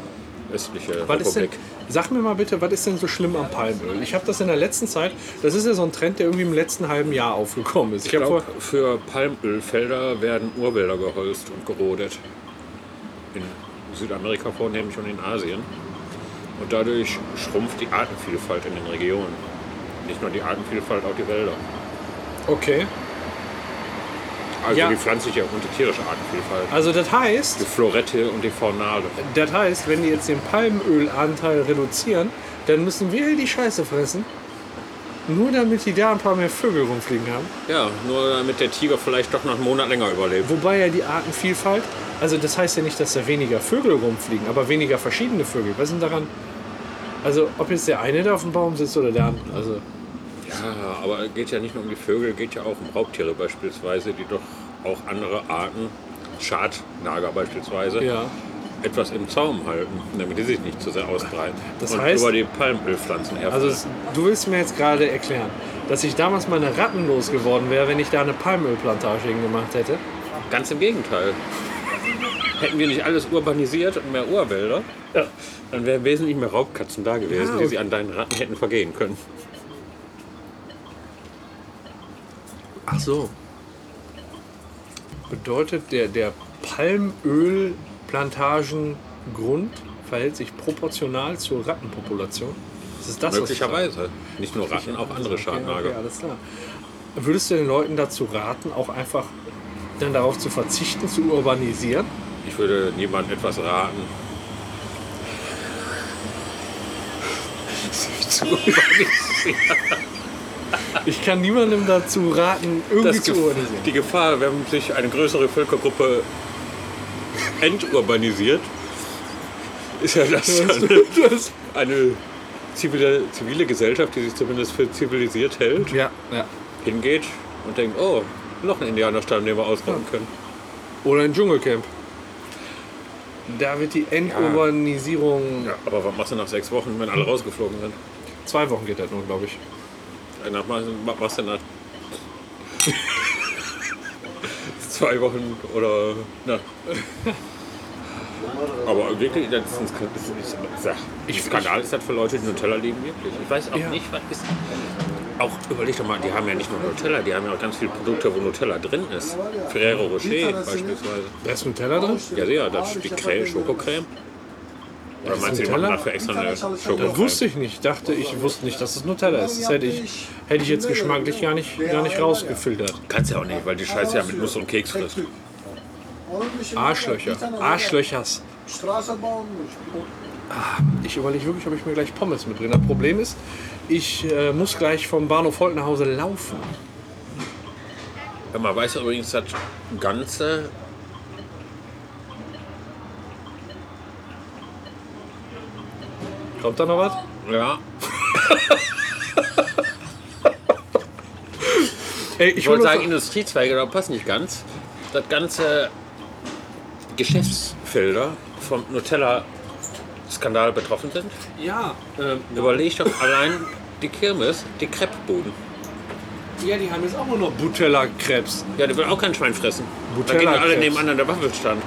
östliche Was ist denn, Republik. sag mir mal bitte, was ist denn so schlimm am Palmöl? Ich habe das in der letzten Zeit, das ist ja so ein Trend, der irgendwie im letzten halben Jahr aufgekommen ist. Ich Ich hab glaube, vor, für Palmölfelder werden Urwälder geholzt und gerodet. In Südamerika vornehmlich und in Asien. Und dadurch schrumpft die Artenvielfalt in den Regionen. Nicht nur die Artenvielfalt, auch die Wälder. okay. Also Ja. die pflanzliche und die tierische Artenvielfalt. Also das heißt, Die Florette und die Faunale. Das heißt, wenn die jetzt den Palmölanteil reduzieren, dann müssen wir die Scheiße fressen. Nur damit die da ein paar mehr Vögel rumfliegen haben. Ja, nur damit der Tiger vielleicht doch noch einen Monat länger überlebt. Wobei ja die Artenvielfalt, also das heißt ja nicht, dass da weniger Vögel rumfliegen, aber weniger verschiedene Vögel. Was ist denn daran? Also, ob jetzt der eine da auf dem Baum sitzt oder der andere. Also, Ja, aber es geht ja nicht nur um die Vögel, geht ja auch um Raubtiere beispielsweise, die doch auch andere Arten, Schadnager beispielsweise, ja. etwas im Zaum halten, damit die sich nicht zu sehr ausbreiten. Das und heißt- über die Palmölpflanzen herfallen. Also es, du willst mir jetzt gerade erklären, dass ich damals meine Ratten losgeworden wäre, wenn ich da eine Palmölplantage hingemacht hätte. Ganz im Gegenteil. Hätten wir nicht alles urbanisiert und mehr Urwälder, dann wären wesentlich mehr Raubkatzen da gewesen, Ja, die okay. sie an deinen Ratten hätten vergehen können. Ach so. Bedeutet, der, der Palmölplantagengrund verhält sich proportional zur Rattenpopulation? Das ist das, was ich sage. Möglicherweise. Nicht nur Ratten, auch andere Schadenlager. Okay, okay, alles klar. Würdest du den Leuten dazu raten, auch einfach dann darauf zu verzichten, zu urbanisieren? Ich würde niemandem etwas raten. sich zu urbanisieren. Ich kann niemandem dazu raten, irgendwie Das zu Gef urbanisieren. die Gefahr, wenn sich eine größere Völkergruppe enturbanisiert, ist ja [LAUGHS] das dann Das- eine zivile, zivile Gesellschaft, die sich zumindest für zivilisiert hält, Ja, ja. hingeht und denkt, oh, noch ein Indianerstamm, den wir ausbauen können. Oder ein Dschungelcamp. Da wird die Endurbanisierung. Ja, aber was machst du nach sechs Wochen, wenn alle rausgeflogen sind? Zwei Wochen geht das nur, glaube ich. Danach machst du- was machst du nach zwei Wochen oder na. Aber wirklich, das ist ein Skandal. Ist, ist, ich, Skandal ist das für Leute, die Nutella lieben, wirklich. Ich weiß auch Ja. nicht, was ist. Auch überleg doch mal, die haben ja nicht nur Nutella, die haben ja auch ganz viele Produkte, wo Nutella drin ist. Ferrero Rocher beispielsweise. Da ist Nutella drin? Ja, ja, das ist die Creme, Schokocreme. Oder meinst du, die machen Nutella? dafür extra eine Das Schokocreme? wusste ich nicht. Ich dachte, ich wusste nicht, dass es Nutella ist. Das hätte ich, hätte ich jetzt geschmacklich gar nicht, gar nicht rausgefiltert. Kannst ja auch nicht, weil die Scheiße ja mit Nuss und Keks frisst. Arschlöcher. Arschlöchers. Straße bauen muss. Ich überlege wirklich, ob ich mir gleich Pommes mitbringe. Das Problem ist, ich äh, muss gleich vom Bahnhof Holt nach Hause laufen. Ja, man weiß übrigens, das Ganze. Kommt da noch was? Ja. Ey, ich Ich wollte wollte sagen, Industriezweige, da passt nicht ganz. Das ganze Geschäftsfelder vom Nutella-Skandal betroffen sind. Ähm, Ja, Überleg doch allein die Kirmes, die Kreppbuden. ja, die haben jetzt auch nur noch Butella-Krebs. Ja, die will auch kein Schwein fressen. Da gehen Nutella-Krebs. ja alle nebenan an der Waffelstand.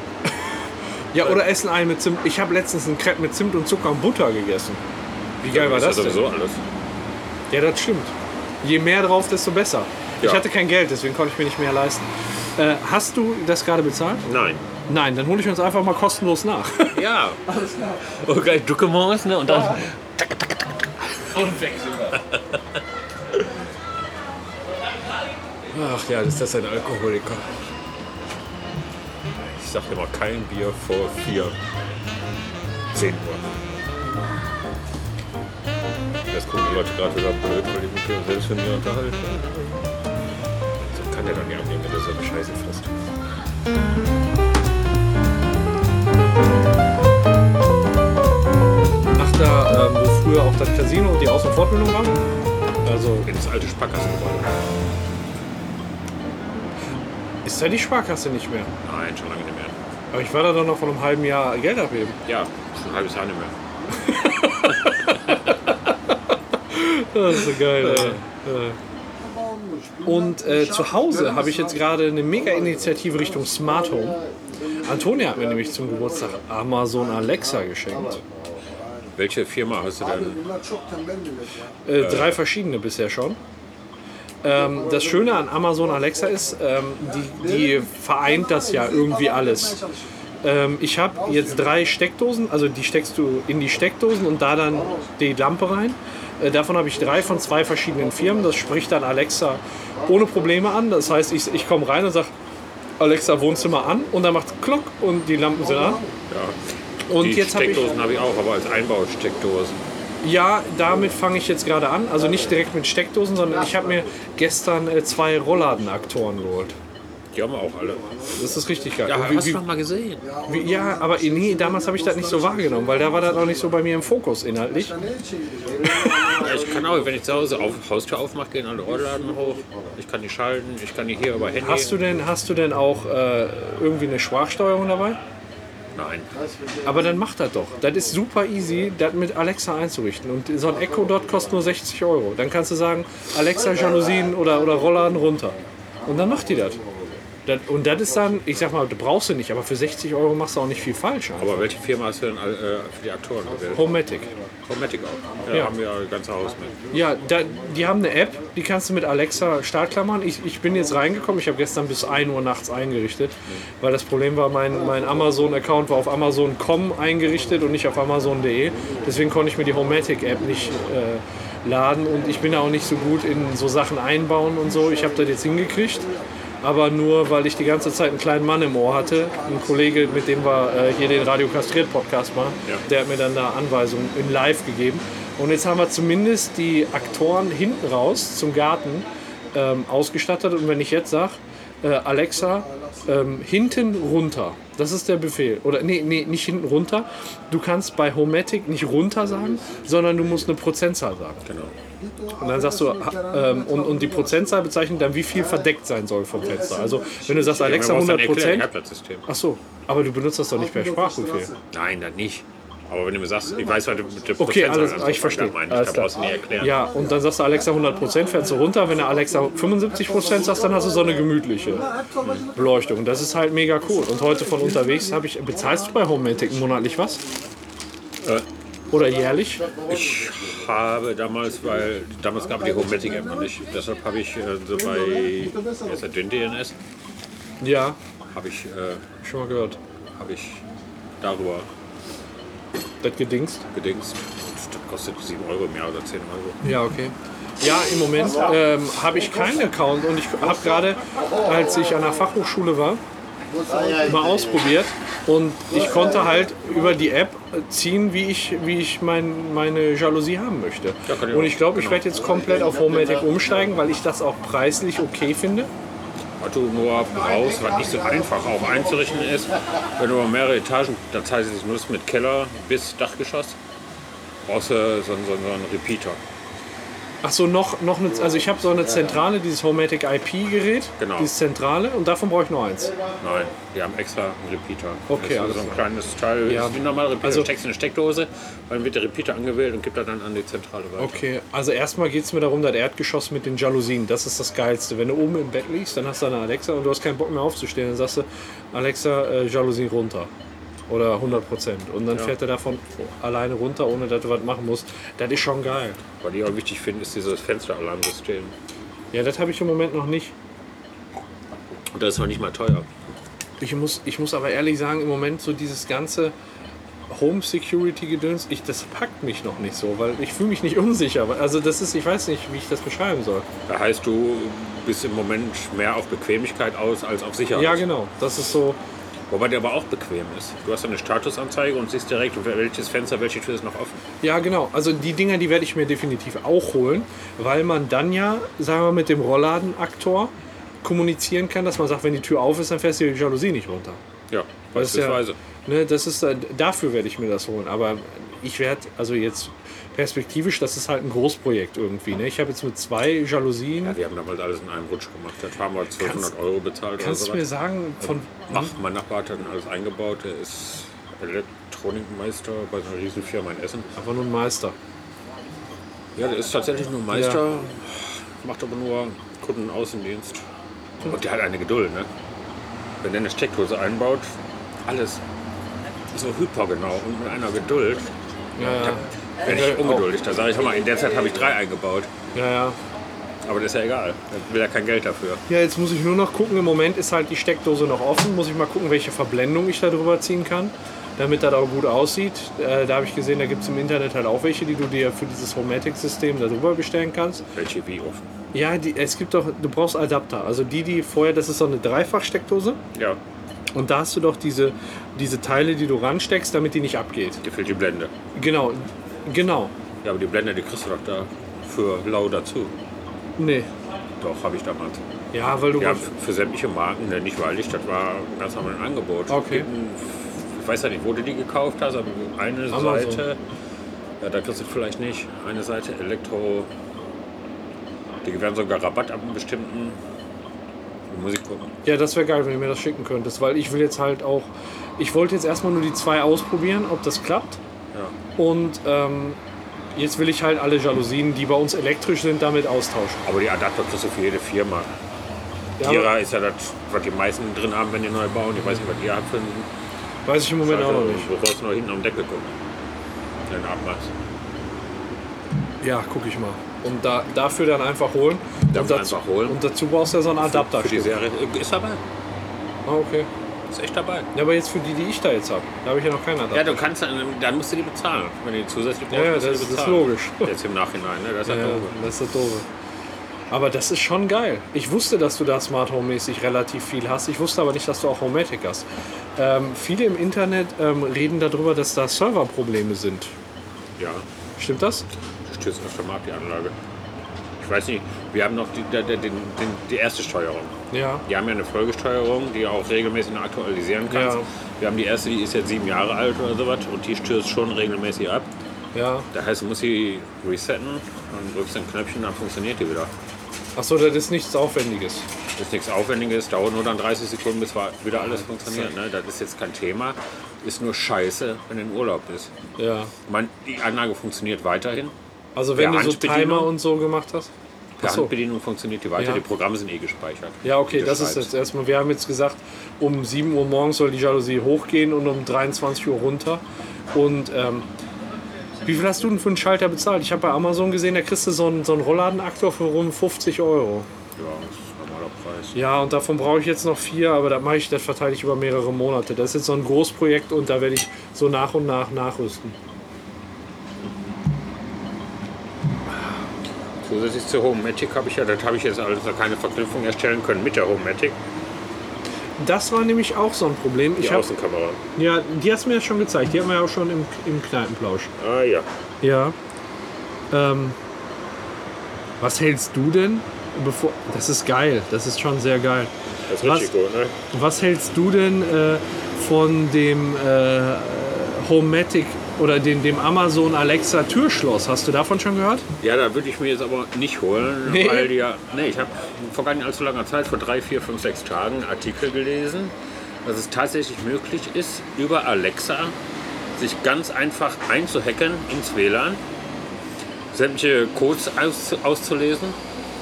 Ja, oder essen einen mit Zimt. Ich habe letztens einen Crepe mit Zimt und Zucker und Butter gegessen. Wie geil war das ja denn? sowieso alles. Ja, das stimmt. Je mehr drauf, desto besser. Ich Ja. hatte kein Geld, deswegen konnte ich mir nicht mehr leisten. Äh, hast du das gerade bezahlt? Nein. Nein, dann hole ich uns einfach mal kostenlos nach. [LAUGHS] Ja. Oh, Und gleich Duckemons, ne? Und dann. Ach ja, ist das ein Alkoholiker. Ich sag immer, kein Bier vor vier. 10 Uhr. Das gucken die Leute gerade wieder blöd, weil die mich hier selbst von mir unterhalten. So kann der doch nicht annehmen, wenn der so eine Scheiße frisst. Ach, da, ähm, wo früher auch das Casino und die Aus- und Fortbildung waren? Also, Ins alte Sparkassen geworden. ist da die Sparkasse nicht mehr? Nein, schon lange nicht mehr. Aber ich war da doch noch vor einem halben Jahr Geld abheben. Ja, schon ein halbes Jahr nicht mehr. Das ist so geil, ey. Äh. Und äh, zu Hause habe ich jetzt gerade eine Mega-Initiative Richtung Smart Home. Antonia hat mir nämlich zum Geburtstag Amazon Alexa geschenkt. Welche Firma hast du denn? Bunlar çok tembel millet ya. Äh, Drei verschiedene bisher schon. Ähm, das Schöne an Amazon Alexa ist, ähm, die, die vereint das ja irgendwie alles. Ähm, ich habe jetzt drei Steckdosen, also die steckst du in die Steckdosen und da dann die Lampe rein. Äh, davon habe ich drei von zwei verschiedenen Firmen. Das spricht dann Alexa ohne Probleme an. Das heißt, ich, ich komme rein und sage, Alexa Wohnzimmer an und dann macht Kluck und die Lampen sind an. Und Die jetzt habe ich Steckdosen habe ich, auch, aber als Einbausteckdosen. ja, damit fange ich jetzt gerade an. Also nicht direkt mit Steckdosen, sondern ich habe mir gestern äh, zwei Rollladenaktoren geholt. Die haben wir auch alle. Das ist richtig geil. Ja, Wie- hast wie- du noch mal gesehen? wie, ja aber nee, damals habe ich das nicht so wahrgenommen, weil da war das noch nicht so bei mir im Fokus inhaltlich. Ne için Ja, ich kann auch, wenn ich zu Hause auf Haustür aufmache, gehen alle Rollladen hoch. Ich kann die schalten, ich kann die hier über Handy. Hast du denn, hast du denn auch äh, irgendwie eine Sprachsteuerung dabei? Nein. Aber dann macht das doch. Das ist super easy, das mit Alexa einzurichten. Und so ein Echo Dot kostet nur 60 Euro. Dann kannst du sagen, Alexa Jalousien oder, oder Rollladen runter. Und dann macht die das. Das- Und das ist dann, ich sag mal, du brauchst du nicht, aber für 60 Euro machst du auch nicht viel falsch. Aber welche Firma hast du denn all- äh, für die Aktoren gewählt? Homematic. Chromatic auch. Ja, Ja. haben wir ein ganzes Haus mit. Ja, da, die haben eine App, die kannst du mit Alexa startklammern. Ich, ich bin jetzt reingekommen, ich habe gestern bis 1 Uhr nachts eingerichtet, weil das Problem war, mein, mein Amazon-Account war auf Amazon.com eingerichtet und nicht auf Amazon.de. Deswegen konnte ich mir die Homematic-App nicht äh, laden und ich bin da auch nicht so gut in so Sachen einbauen und so. Ich habe das jetzt hingekriegt, aber nur, weil ich die ganze Zeit einen kleinen Mann im Ohr hatte. Ein Kollege, mit dem wir äh, hier den Radio Kastriert-Podcast machen, Ja. der hat mir dann da Anweisungen in Live gegeben. Und jetzt haben wir zumindest die Aktoren hinten raus zum Garten ähm, ausgestattet. Und wenn ich jetzt sage, äh, Alexa, ähm, hinten runter, das ist der Befehl. Oder nee, nee, nicht hinten runter. Du kannst bei Homatic nicht runter sagen, sondern du musst eine Prozentzahl sagen. Genau. Und dann sagst du, ha- ähm, und, und die Prozentzahl bezeichnet dann, wie viel verdeckt sein soll vom Fenster. Also wenn du sagst, Alexa Ja, man braucht 100 dann erklären, Prozent. Erdplatzsystem. Ach so, aber du benutzt das doch nicht per Sprachbefehl. Nein, das nicht. Aber wenn du mir sagst, ich weiß, was du mit der Okay, alles, Prozentzahl ah, ich verstehe. meinst, Alles da klar. brauchst du nicht erklären. Ja, und dann sagst du Alexa 100%, fährst du runter. Wenn du Alexa 75% sagst, dann hast du so eine gemütliche Beleuchtung. Das ist halt mega cool. Und heute von unterwegs habe ich, bezahlst du bei Homematic monatlich was? Äh. Oder jährlich? Ich habe damals, weil damals gab es die Homematic App noch nicht, deshalb habe ich äh, so bei wie heißt das, den DNS Ja, habe ich, äh, schon mal gehört. habe ich darüber Das gedingst. gedingst. Und Das kostet 7 Euro im Jahr oder 10 Euro. Ja, okay. Ja, im Moment ähm, habe ich keinen Account und ich habe gerade, als ich an der Fachhochschule war, mal ausprobiert und ich konnte halt über die App ziehen, wie ich, wie ich mein, meine Jalousie haben möchte. Ja, kann ich Und auch. ich glaube, ich Genau. werde jetzt komplett auf Homematic umsteigen, weil ich das auch preislich okay finde. Was du nur brauchst, was nicht so einfach auch einzurichten ist, wenn du mehrere Etagen, das heißt es nur mit Keller bis Dachgeschoss, brauchst du so, einen- so, einen- so einen Repeater. Ach so, noch, noch eine, also ich habe so eine Zentrale, dieses Homematic IP-Gerät, Genau. dieses Zentrale und davon brauche ich nur eins. Nein, die haben extra einen Repeater. Okay, das alles ist so ein klar. kleines Teil. Ja. Ja. Ist wie ein normaler Repeater. Also- Also, steckst in eine Steckdose, dann wird der Repeater angewählt und gibt er dann an die Zentrale weiter. Okay, also erstmal geht es mir darum, das Erdgeschoss mit den Jalousien, das ist das Geilste. Wenn du oben im Bett liegst, dann hast du eine Alexa und du hast keinen Bock mehr aufzustehen, dann sagst du, Alexa, äh, Jalousien runter. Oder 100 Prozent. Und dann fährt er davon alleine runter, ohne dass du was machen musst. Das ist schon geil. Was ich auch wichtig finde, ist dieses Fensteralarmsystem. Ja, das habe ich im Moment noch nicht. Und das ist noch nicht mal teuer. Ich muss, ich muss aber ehrlich sagen, im Moment so dieses ganze Home Security Gedöns, ich, das packt mich noch nicht so, weil ich fühle mich nicht [LAUGHS] unsicher. Also das ist, ich weiß nicht, wie ich das beschreiben soll. Da heißt, du bist im Moment mehr auf Bequemlichkeit aus als auf Sicherheit. Ja, genau. Das ist so. Wobei der aber auch bequem ist. Du hast eine Statusanzeige und siehst direkt, welches Fenster, welche Tür ist noch offen. Ja, genau. Also die Dinger, die werde ich mir definitiv auch holen, weil man dann ja, sagen wir mal, mit dem Rollladenaktor kommunizieren kann, dass man sagt, wenn die Tür auf ist, dann fährst du die Jalousie nicht runter. Ja, Das ist ja- beispielsweise. Ne, das ist, äh, dafür werde ich mir das holen. Aber ich werde, also jetzt perspektivisch, das ist halt ein Großprojekt irgendwie. Ne? Ich habe jetzt mit zwei Jalousien. Wir haben damals alles in einem Rutsch gemacht. Das haben wir 1200 Kannst- Euro bezahlt Kannst oder du mir sowas. sagen, von. Ach, mein Nachbar hat dann alles eingebaut. Der ist Elektronikmeister bei so einer riesen Firma in Essen. Aber nur ein Meister. Ja, der ist tatsächlich nur Meister, macht aber nur Kundenaußendienst. Und der hat eine Geduld, ne? Wenn der eine Steckdose einbaut, alles so hypergenau und mit einer Geduld. Ja, ja. Wenn ich ungeduldig, da sage ich, hör mal, in der Zeit habe ich drei eingebaut. ja, ja. Aber das ist ja egal, dann will er kein Geld dafür. Ja, jetzt muss ich nur noch gucken. Im Moment ist halt die Steckdose noch offen. Muss ich mal gucken, welche Verblendung ich da drüber ziehen kann, damit das auch gut aussieht. Äh, da habe ich gesehen, da gibt es im Internet halt auch welche, die du dir für dieses Homematic-System da drüber bestellen kannst. Welche wie offen? Ja, die, es gibt doch, du brauchst Adapter. Also die, die vorher, das ist so eine Dreifach-Steckdose. Ja, Und da hast du doch diese, diese Teile, die du ransteckst, damit die nicht abgeht. dir fehlt die Blende. Genau, genau. Ja, aber die Blende, die kriegst du doch da für lau dazu. Nee. Doch, habe ich damals. Ja, weil du. Ja, f- für sämtliche Marken, ne, nicht weil ich, das war ganz normal ein Angebot. Okay. Ich weiß ja nicht, wo du die gekauft hast, aber eine Amazon. Seite, ja, da kriegst du vielleicht nicht, eine Seite Elektro, die gewähren sogar Rabatt ab einem bestimmten die Musik gucken. Ja, das wäre geil, wenn du mir das schicken könntest, weil ich will jetzt halt auch. Ich wollte jetzt erstmal nur die zwei ausprobieren, ob das klappt. Und ähm, jetzt will ich halt alle Jalousien, die bei uns elektrisch sind, damit austauschen. Aber die Adapter kriegst du für jede Firma. Ja, Tira ist ja das, was die meisten drin haben, wenn die neu bauen. Ich weiß nicht, was ihr habt für einen aber weiß ich im Moment auch noch nicht. Du brauchst nur hinten am Deckel gucken. Dann abmachst. Ja, guck ich mal. Und da, dafür dann einfach holen. und, Dafür dazu, einfach holen. und dazu brauchst du ja so einen Adapter. Für die Serie ist dabei. Ah, okay. Ist echt dabei. Ja, aber jetzt für die, die ich da jetzt habe. Da habe ich ja noch keinen Adapter. Ja, du kannst dann, dann musst du die bezahlen. Wenn du die zusätzlich brauchst, Ja, musst du das- die das bezahlen. ist logisch. [LAUGHS] Jetzt im Nachhinein, ne? Das ist Ja, ja. doof. das ist das Doofe. Aber das ist schon geil. Ich wusste, dass du da Smart Home mäßig relativ viel hast. Ich wusste aber nicht, dass du auch Homematic hast. Ähm, viele im Internet ähm, reden darüber, dass da Serverprobleme sind. Ja, Stimmt das? du stürzt öfter mal ab, die Anlage. Ich weiß nicht, wir haben noch die, die, die, die, die erste Steuerung. Ja. Die haben ja eine Folgesteuerung, die auch regelmäßig noch aktualisieren kannst. Ja. Wir haben die erste, die ist jetzt sieben Jahre alt oder sowas und die stürzt schon regelmäßig ab. Ja. Das heißt, du musst sie resetten und drückst ein Knöpfchen, dann funktioniert die wieder. Achso, das ist nichts Aufwendiges. ist nichts Aufwendiges, dauert nur dann 30 Sekunden, bis wieder alles funktioniert. Ne? Das ist jetzt kein Thema. Ist nur scheiße, wenn du in Urlaub bist. Ja. Ich meine, die Anlage funktioniert weiterhin. Also wenn Ja, du so Handbedienung. Timer und so gemacht hast. Per Ach so. Handbedienung funktioniert die weiter. Ja. Die Programme sind eh gespeichert. Ja, okay, Die du das ist schreibst. jetzt erstmal. Wir haben jetzt gesagt, um 7 Uhr morgens soll die Jalousie hochgehen und um 23 Uhr runter. Und ähm, wie viel hast du denn für einen Schalter bezahlt? Ich habe bei Amazon gesehen, da kriegst du so einen, so einen Rollladenaktor für rund 50 Euro. Ja, das ist ein normaler Preis. Ja, und davon brauche ich jetzt noch vier, aber das mache ich, das verteile ich über mehrere Monate. Das ist jetzt so ein Großprojekt und da werde ich so nach und nach nachrüsten. Zusätzlich zur Homematic habe ich ja, das habe ich jetzt alles noch keine Verknüpfung erstellen können mit der Homematic. Das war nämlich auch so ein Problem. Die Ich hab, Außenkamera. ja, die hast du mir ja schon gezeigt. Die haben wir ja auch schon im, im Kneipenplausch. Ah ja. Ja. Ähm, was hältst du denn? Bevor, das ist geil, das ist schon sehr geil. Das ist Was? richtig gut, ne? Was hältst du denn äh, von dem äh, Homematic oder den, dem Amazon Alexa Türschloss? Hast du davon schon gehört? Ja, da würde ich mir jetzt aber nicht holen, Nee. weil die ja. Nee, ich habe vor gar nicht allzu langer Zeit, vor drei, vier, fünf, sechs Tagen, einen Artikel gelesen, dass es tatsächlich möglich ist, über Alexa sich ganz einfach einzuhacken ins WLAN, sämtliche Codes aus, auszulesen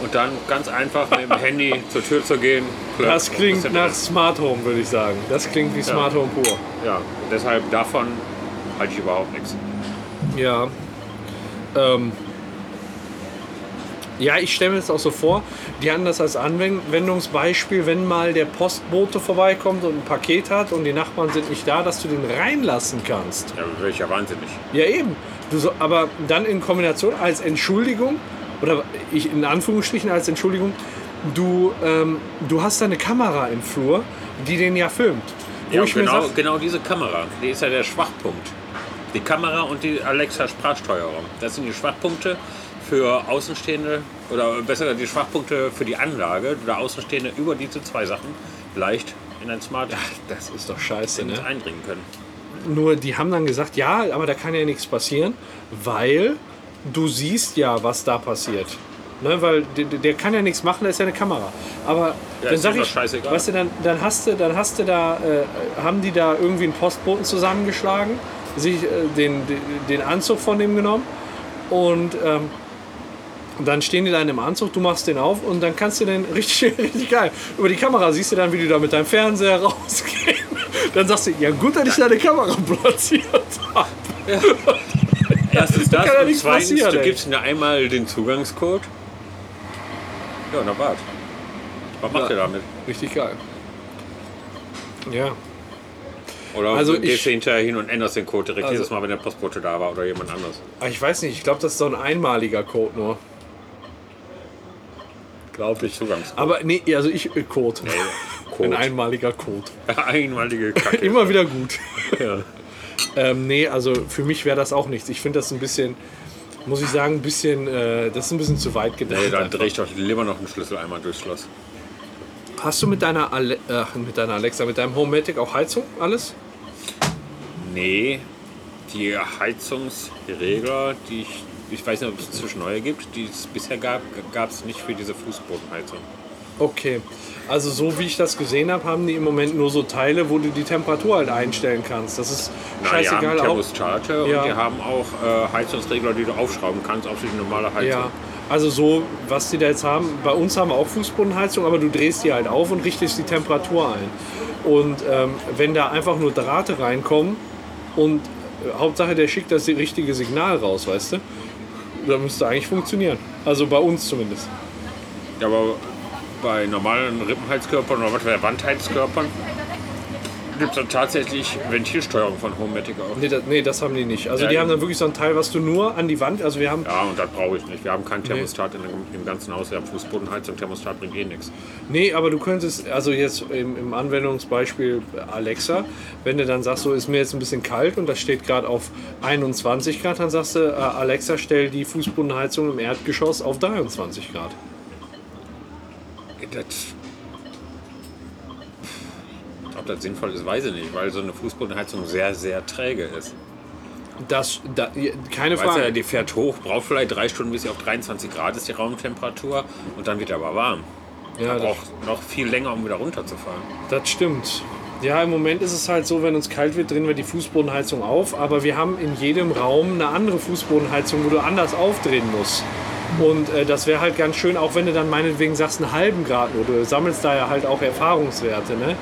und dann ganz einfach [LAUGHS] mit dem Handy zur Tür zu gehen. klöpp, Das und klingt bisschen- nach Smart Home, würde ich sagen. Das klingt wie Smart Home pur. Ja, und deshalb davon halte ich überhaupt nichts. Ja. Ähm. Ja, ich stelle mir das auch so vor. Die haben das als Anwendungsbeispiel, wenn mal der Postbote vorbeikommt und ein Paket hat und die Nachbarn sind nicht da, dass du den reinlassen kannst. Ja, wäre ich ja wahnsinnig. Ja, eben. Du so, aber dann in Kombination als Entschuldigung, oder ich in Anführungsstrichen als Entschuldigung, du, ähm, du hast da eine Kamera im Flur, die den ja filmt. Wo Ja, ich mir genau, sag, genau diese Kamera, die ist ja der Schwachpunkt. Die Kamera und die Alexa-Sprachsteuerung. Das sind die Schwachpunkte für Außenstehende oder besser gesagt die Schwachpunkte für die Anlage oder Außenstehende über diese zwei Sachen leicht in ein Smart das ist doch scheiße, ne? nicht eindringen können. Nur die haben dann gesagt, ja, aber da kann ja nichts passieren, weil du siehst ja, was da passiert. Ne, weil der, der kann ja nichts machen, da ist ja eine Kamera. Aber Ja, dann ist sag ihm doch ich, scheißegal. weißt du, dann, dann hast du, dann hast du da, äh, haben die da irgendwie einen Postboten zusammengeschlagen, sich äh, den, den- den Anzug von dem genommen und ähm, und dann stehen die da in dem Anzug, du machst den auf und dann kannst du den richtig, [LAUGHS] richtig geil. Über die Kamera siehst du dann, wie du da mit deinem Fernseher [LAUGHS] rausgehst. Dann sagst du, ja gut, dass ich da eine Kamera platziert habe. Erstens kann das, ja und nichts zweitens, passieren, du ey. gibst mir einmal den Zugangscode. Ja, und dann wart. Was macht ihr damit? Richtig geil. Ja. Oder Also also gehst ich- du hinterher hin und änderst den Code direkt Also- jedes Mal, wenn der Postbote da war oder jemand anders. Aber ich weiß nicht, ich glaube, das ist so ein einmaliger Code nur. Glaube ich. Zugangscode. Aber nee, also ich äh, Code. [LAUGHS] Ein Code. einmaliger Code. [LAUGHS] Einmalige Kacke. [LAUGHS] Immer wieder gut. Ja. Ähm, nee, also für mich wäre das auch nichts. Ich finde das ein bisschen, muss ich sagen, ein bisschen, äh, das ist ein bisschen zu weit gedacht. Nee, dann drehe ich doch lieber noch einen Schlüssel einmal durchs Schloss. Hast du mit deiner, Ale ach, mit deiner Alexa, mit deinem Homematic auch Heizung alles? Nee, die Heizungsregler, die ich, ich weiß nicht, ob es inzwischen neue gibt, die es bisher gab, gab es nicht für diese Fußbodenheizung. Okay. Also so wie ich das gesehen habe, haben die im Moment nur so Teile, wo du die Temperatur halt einstellen kannst. Das ist die scheißegal. haben auch, Thermostate Ja. und die haben auch äh, Heizungsregler, die du aufschrauben kannst auf sich eine normale Heizung. ja. Also so, was die da jetzt haben, bei uns haben wir auch Fußbodenheizung, aber du drehst die halt auf und richtest die Temperatur ein. Und ähm, wenn da einfach nur Drahte reinkommen und äh, Hauptsache der schickt das richtige Signal raus, weißt du? Da müsste eigentlich funktionieren. Also bei uns zumindest. Ja, aber bei normalen Rippenheizkörpern oder was bei Wandheizkörpern gibt es dann tatsächlich Ventilsteuerung von Homematic auch. Nee das, nee, das haben die nicht. Also Ja, die haben eben. dann wirklich so ein Teil, was du nur an die Wand, also wir haben Ja, und das brauche ich nicht. Wir haben kein Thermostat in dem, im ganzen Haus. Wir haben Fußbodenheizung, Thermostat bringt eh nichts. Nee, aber du könntest, also jetzt im, im Anwendungsbeispiel Alexa, wenn du dann sagst, so ist mir jetzt ein bisschen kalt und das steht gerade auf 21 Grad, dann sagst du, äh, Alexa, stell die Fußbodenheizung im Erdgeschoss auf 23 Grad. Das, ob das sinnvoll ist, weiß ich nicht, weil so eine Fußbodenheizung sehr, sehr träge ist. Das, da, keine Weißt Frage. du, die fährt hoch, braucht vielleicht drei Stunden, bis sie auf 23 Grad ist, die Raumtemperatur, und dann wird aber warm. ja, das, Braucht noch viel länger, um wieder runterzufahren. das stimmt. Ja, im Moment ist es halt so, wenn uns kalt wird, drehen wir die Fußbodenheizung auf, aber wir haben in jedem Raum eine andere Fußbodenheizung, wo du anders aufdrehen musst. Und äh, das wäre halt ganz schön, auch wenn du dann meinetwegen sagst, einen halben Grad nur. Du sammelst da ja halt auch Erfahrungswerte. Ne?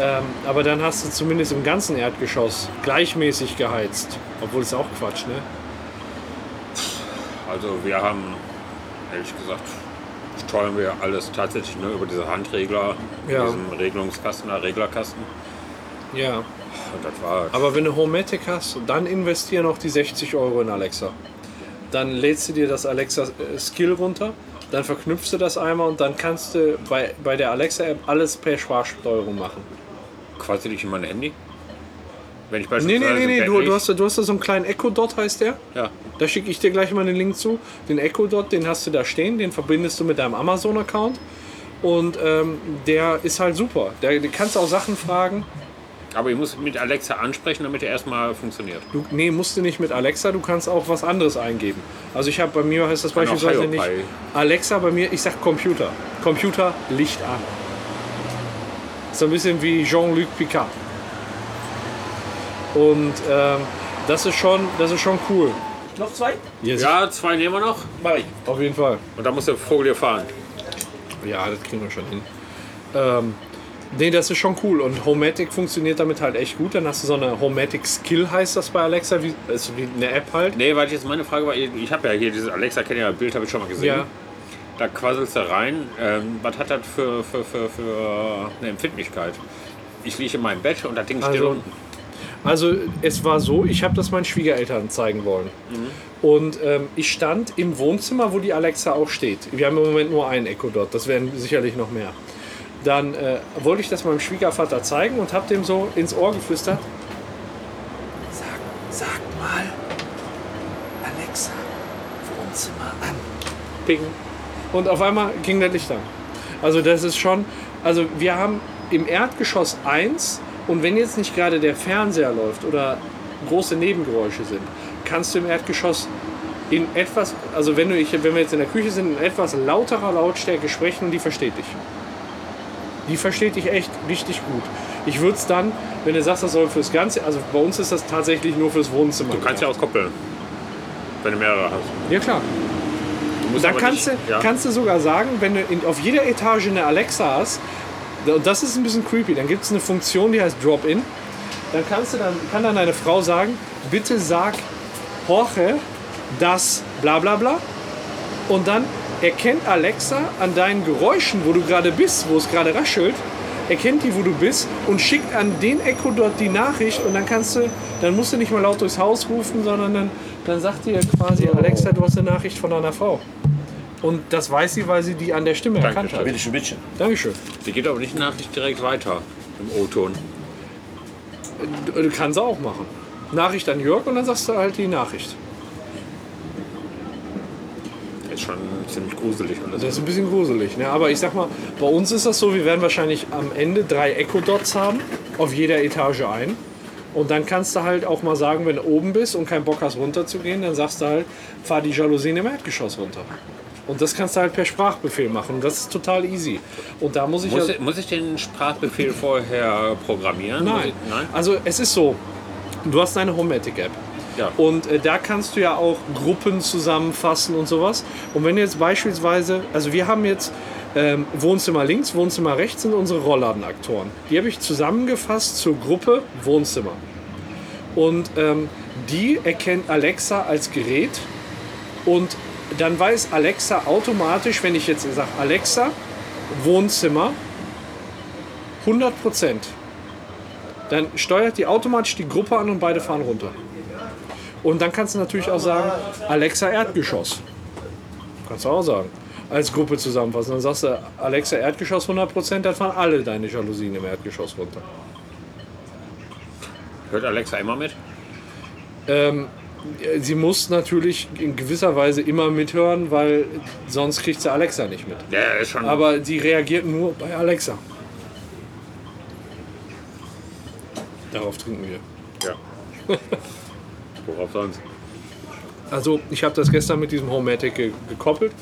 Ähm, aber dann hast du zumindest im ganzen Erdgeschoss gleichmäßig geheizt. Obwohl es auch Quatsch, ne? Also wir haben, ehrlich gesagt, steuern wir alles tatsächlich nur über diese Handregler, Ja. diesen Regelungskasten, da, Reglerkasten. Ja. Und das war Aber wenn du Homematic hast, dann investier noch die 60 Euro in Alexa. Dann lädst du dir das Alexa äh, Skill runter, dann verknüpfst du das einmal und dann kannst du bei, bei der Alexa-App alles per Sprachsteuerung machen. quasi nicht in mein Handy. Wenn ich Nee, beispielsweise nee, nee, im nee. Bett Du, lieg- du, hast, da- du hast da so einen kleinen Echo-Dot, heißt der. ja. Da schicke ich dir gleich mal den Link zu. Den Echo Dot, den hast du da stehen, den verbindest du mit deinem Amazon-Account. Und ähm, der ist halt super. Der, du kannst auch Sachen fragen. Aber ich muss mit Alexa ansprechen, damit er erstmal funktioniert. Du, nee, musst du nicht mit Alexa, du kannst auch was anderes eingeben. Also ich habe bei mir heißt das Kann auch beispielsweise Hi-Fi. nicht Alexa, bei mir, ich sag Computer. Computer, Licht an. So ein bisschen wie Jean-Luc Picard. Und ähm, das ist schon, das ist schon cool. Noch zwei? Yes. Ja, zwei nehmen wir noch. Mach ich. Auf jeden Fall. Und dann muss der Vogel hier fahren. Ja, das kriegen wir schon hin. Ähm, nee, das ist schon cool. Und Homematic funktioniert damit halt echt gut. Dann hast du so eine Homematic Skill, heißt das bei Alexa, wie, also wie eine App halt. Nee, weil jetzt meine Frage war, ich habe ja hier dieses Alexa kennt ja Bild, habe ich schon mal gesehen. Ja. Da quasselst du rein. Ähm, was hat das für, für, für, für eine Empfindlichkeit? Ich liege in meinem Bett und das Ding steht Also- unten. Also es war so, ich habe das meinen Schwiegereltern zeigen wollen. Und ähm, ich stand im Wohnzimmer, wo die Alexa auch steht. Wir haben im Moment nur einen Echo dort, das werden sicherlich noch mehr. Dann äh, wollte ich das meinem Schwiegervater zeigen und habe dem so ins Ohr geflüstert. Sag, sag mal, Alexa, Wohnzimmer an. Ping. Und auf einmal ging das Licht an. Also das ist schon, also wir haben im Erdgeschoss 1 und wenn jetzt nicht gerade der Fernseher läuft oder große Nebengeräusche sind, kannst du im Erdgeschoss in etwas, also wenn, du ich, wenn wir jetzt in der Küche sind, in etwas lauterer Lautstärke sprechen und die versteht dich. Die versteht dich echt richtig gut. Ich würde es dann, wenn du sagst, das soll fürs Ganze, also bei uns ist das tatsächlich nur fürs Wohnzimmer. Du kannst ja auskoppeln, wenn du mehrere hast. Ja klar. Du musst Da aber kannst, nicht- du, ja. kannst du sogar sagen, wenn du in, auf jeder Etage eine Alexa hast, da- und das ist ein bisschen creepy, dann gibt es eine Funktion, die heißt Drop-In. Dann, kannst du dann kann dann deine Frau sagen, bitte sag Jorge, das bla bla bla. Und dann erkennt Alexa an deinen Geräuschen, wo du gerade bist, wo es gerade raschelt, erkennt die, wo du bist und schickt an den Echo dort die Nachricht und dann kannst du, dann musst du nicht mal laut durchs Haus rufen, sondern dann, dann sagt dir quasi Alexa, du hast eine Nachricht von deiner Frau. Und das weiß sie, weil sie die an der Stimme erkannt hat. Bitteschön, bitteschön. Dankeschön. Die geht aber nicht die Nachricht direkt weiter im O-Ton. Du, du kannst auch machen. Nachricht an Jörg und dann sagst du halt die Nachricht. Ist schon ziemlich gruselig alles. Das ist ein bisschen gruselig, ne? aber ich sag mal, bei uns ist das so, wir werden wahrscheinlich am Ende drei Echo-Dots haben, auf jeder Etage ein. Und dann kannst du halt auch mal sagen, wenn du oben bist und keinen Bock hast runterzugehen, dann sagst du halt, fahr die Jalousien im Erdgeschoss runter. Und das kannst du halt per Sprachbefehl machen. Das ist total easy. Und da muss ich Muss, ja. ich- muss ich den Sprachbefehl vorher programmieren? Muss Nein. Ich, nein? Also es ist so, du hast deine Homematic-App. Ja. Und äh, da kannst du ja auch Gruppen zusammenfassen und sowas. Und wenn jetzt beispielsweise, also wir haben jetzt ähm, Wohnzimmer links, Wohnzimmer rechts sind unsere Rollladenaktoren. Die habe ich zusammengefasst zur Gruppe Wohnzimmer. Und ähm, die erkennt Alexa als Gerät und dann weiß Alexa automatisch, wenn ich jetzt sage, Alexa, Wohnzimmer, 100 Prozent dann steuert die automatisch die Gruppe an und beide fahren runter. Und dann kannst du natürlich auch sagen, Alexa Erdgeschoss. Kannst du auch sagen. Als Gruppe zusammenfassen. Dann sagst du, Alexa Erdgeschoss 100%, dann fahren alle deine Jalousien im Erdgeschoss runter. Hört Alexa immer mit? Ähm, sie muss natürlich in gewisser Weise immer mithören, weil sonst kriegt sie Alexa nicht mit. Der ist schon. Aber die reagiert nur bei Alexa. Darauf trinken wir. [LAUGHS] ja. Worauf sonst? Also ich habe das gestern mit diesem Homematic ge gekoppelt.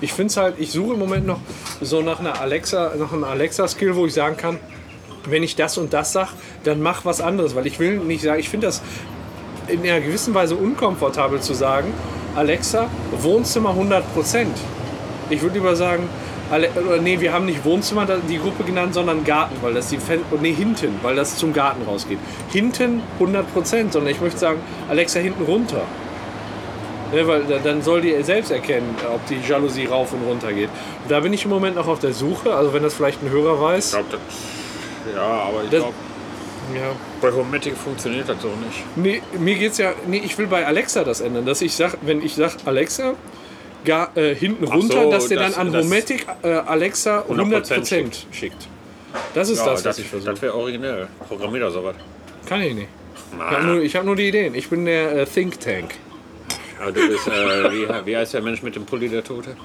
Ich finde es halt, ich suche im Moment noch so nach einer Alexa, nach einem Alexa-Skill, wo ich sagen kann, wenn ich das und das sage, dann mach was anderes. Weil ich will nicht sagen, ich finde das in einer gewissen Weise unkomfortabel zu sagen, Alexa, Wohnzimmer 100 Prozent. Ich würde lieber sagen, Ale oder nee, wir haben nicht Wohnzimmer da- die Gruppe genannt, sondern Garten, weil das die Fen oh, nee, hinten, weil das zum Garten rausgeht. Hinten 100 Prozent, sondern ich möchte sagen, Alexa hinten runter. Ne, weil da- dann soll die selbst erkennen, ob die Jalousie rauf und runter geht. Da bin ich im Moment noch auf der Suche, also wenn das vielleicht ein Hörer Ich weiß. glaube, das. Ja, aber ich Das- glaube, Ja. bei Homematic funktioniert das so nicht. Nee, mir geht's ja. Nee, ich will bei Alexa das ändern, dass ich sag, wenn ich sag Alexa, gar, äh, hinten runter, so, dass der dass- dann an dass- Hometic äh, Alexa 100%, 100% schickt. schickt. Das ist Ja, das, was das, ich das, versuche. das wäre originell. Programmier da sowas. Kann ich nicht. Ich habe Na, nur, ich hab nur die Ideen. Ich bin der äh, Think Tank. aber du bist, äh, wie, wie heißt der Mensch mit dem Pulli der Tote?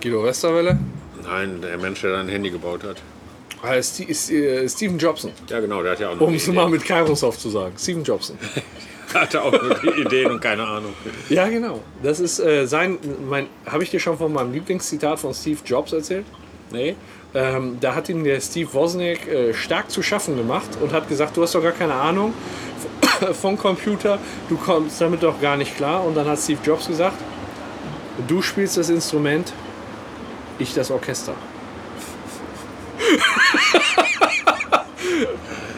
Guido Westerwelle. Nein, der Mensch, der ein Handy gebaut hat. Ah, Sti- ist, äh, Steven Jobson. Ja, genau, der hat ja auch noch Um es die mal Ideen. mit Kairosoft zu sagen. Steven Jobson. [LAUGHS] Hatte auch nur die Ideen und keine Ahnung. Ja, genau. Das ist äh, sein. Mein, Habe ich dir schon von meinem Lieblingszitat von Steve Jobs erzählt? Nee. Ähm, da hat ihm der Steve Wozniak äh, stark zu schaffen gemacht und hat gesagt: Du hast doch gar keine Ahnung äh, vom Computer, du kommst damit doch gar nicht klar. Und dann hat Steve Jobs gesagt: Du spielst das Instrument, ich das Orchester. [LAUGHS]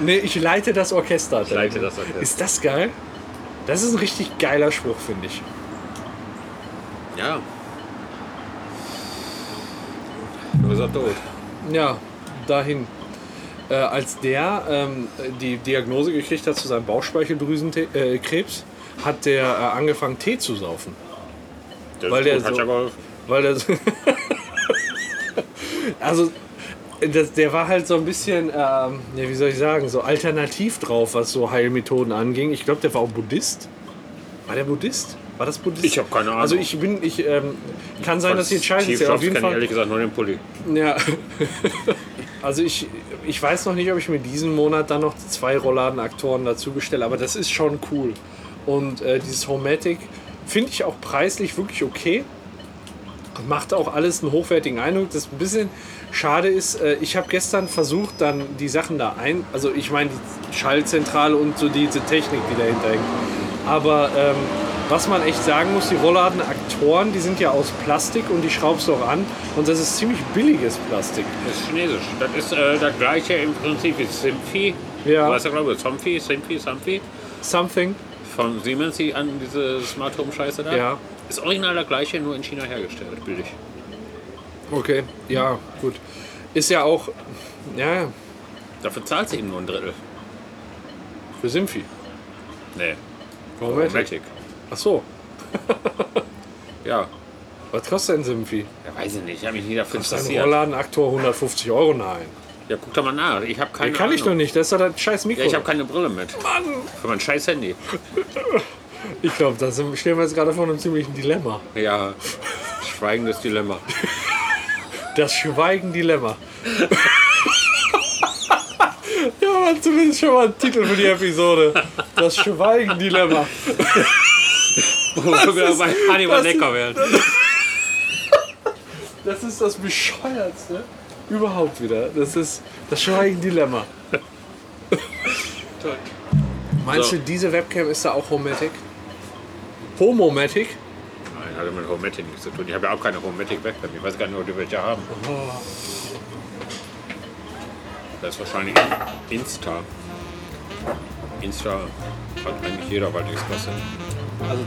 nee, ich leite das Orchester. Ich leite das Orchester. Ist das geil? Das ist ein richtig geiler Spruch, finde ich. Ja. Nur ist er tot. Ja, dahin. Äh, als der ähm, die Diagnose gekriegt hat zu seinem Bauchspeicheldrüsenkrebs, äh, Krebs, hat der äh, angefangen, Tee zu saufen. Der Weil der ist tot, hat so- ja geholfen. Weil das. [LAUGHS] also, das, der war halt so ein bisschen, ähm, ja, wie soll ich sagen, so alternativ drauf, was so Heilmethoden anging. Ich glaube, der war auch Buddhist. War der Buddhist? War das Buddhist? Ich hab keine Ahnung. Also, ich bin, ich, ähm, kann sein, dass ich jetzt scheiße Steve erzähle. Jobs kennt ehrlich gesagt nur den Pulli. Ja. [LAUGHS] Also ich, ich weiß noch nicht, ob ich mir diesen Monat dann noch zwei Rollladenaktoren dazu bestelle, aber das ist schon cool. Und äh, dieses Homematic finde ich auch preislich wirklich okay. Macht auch alles einen hochwertigen Eindruck. Das ein bisschen schade ist, äh, ich habe gestern versucht, dann die Sachen da ein, also ich meine die Schallzentrale und so diese Technik, die dahinter hängt. Aber ähm, was man echt sagen muss, die Rollladenaktoren, die sind ja aus Plastik und die schraubst du auch an. Und das ist ziemlich billiges Plastik. Das ist chinesisch. Das ist äh, das gleiche im Prinzip wie Simfi. Ja. Weißt du, glaube ich, Somfi, Simfi, Samfi. Something. Von Siemens, die an diese Smart Home Scheiße da. Ja. Ist original das gleiche, nur in China hergestellt, billig. Okay, ja, gut. Ist ja auch, ja, Dafür zahlt sie eben nur ein Drittel. für Simfi. Nee, Homematic. Matic. Ach so, Ja. was kostet denn Simfi? Ja, weiß ich nicht, ich habe mich nie dafür Ein interessiert. Rollladenaktor 150 Euro, nein. Ja, guck doch mal nach. Ich habe keine Den kann Ahnung. ich doch nicht, das ist doch das scheiß Mikro. Ja, ich habe keine Brille mit. Mann! Für mein scheiß Handy. Ich glaube, da sind- stehen wir jetzt gerade vor einem ziemlichen Dilemma. Ja, schweigendes [LAUGHS] Dilemma. Das Schweigen-Dilemma. [LAUGHS] ja, aber zumindest schon mal ein Titel für die Episode. Das Schweigen-Dilemma. Wo wir bei Hannibal Lecker werden. Das ist das Bescheuertste überhaupt wieder. Das ist das Schweigen-Dilemma. Toll. Meinst So. du, diese Webcam ist da auch Homatic? Homomatic? Nein, hat mit Homematic nichts zu tun. Ich habe ja auch keine Homematic weg. Ich weiß gar nicht, ob die welche haben. Das ist wahrscheinlich Insta. Insta hat eigentlich jeder, weil nichts kostet. Also,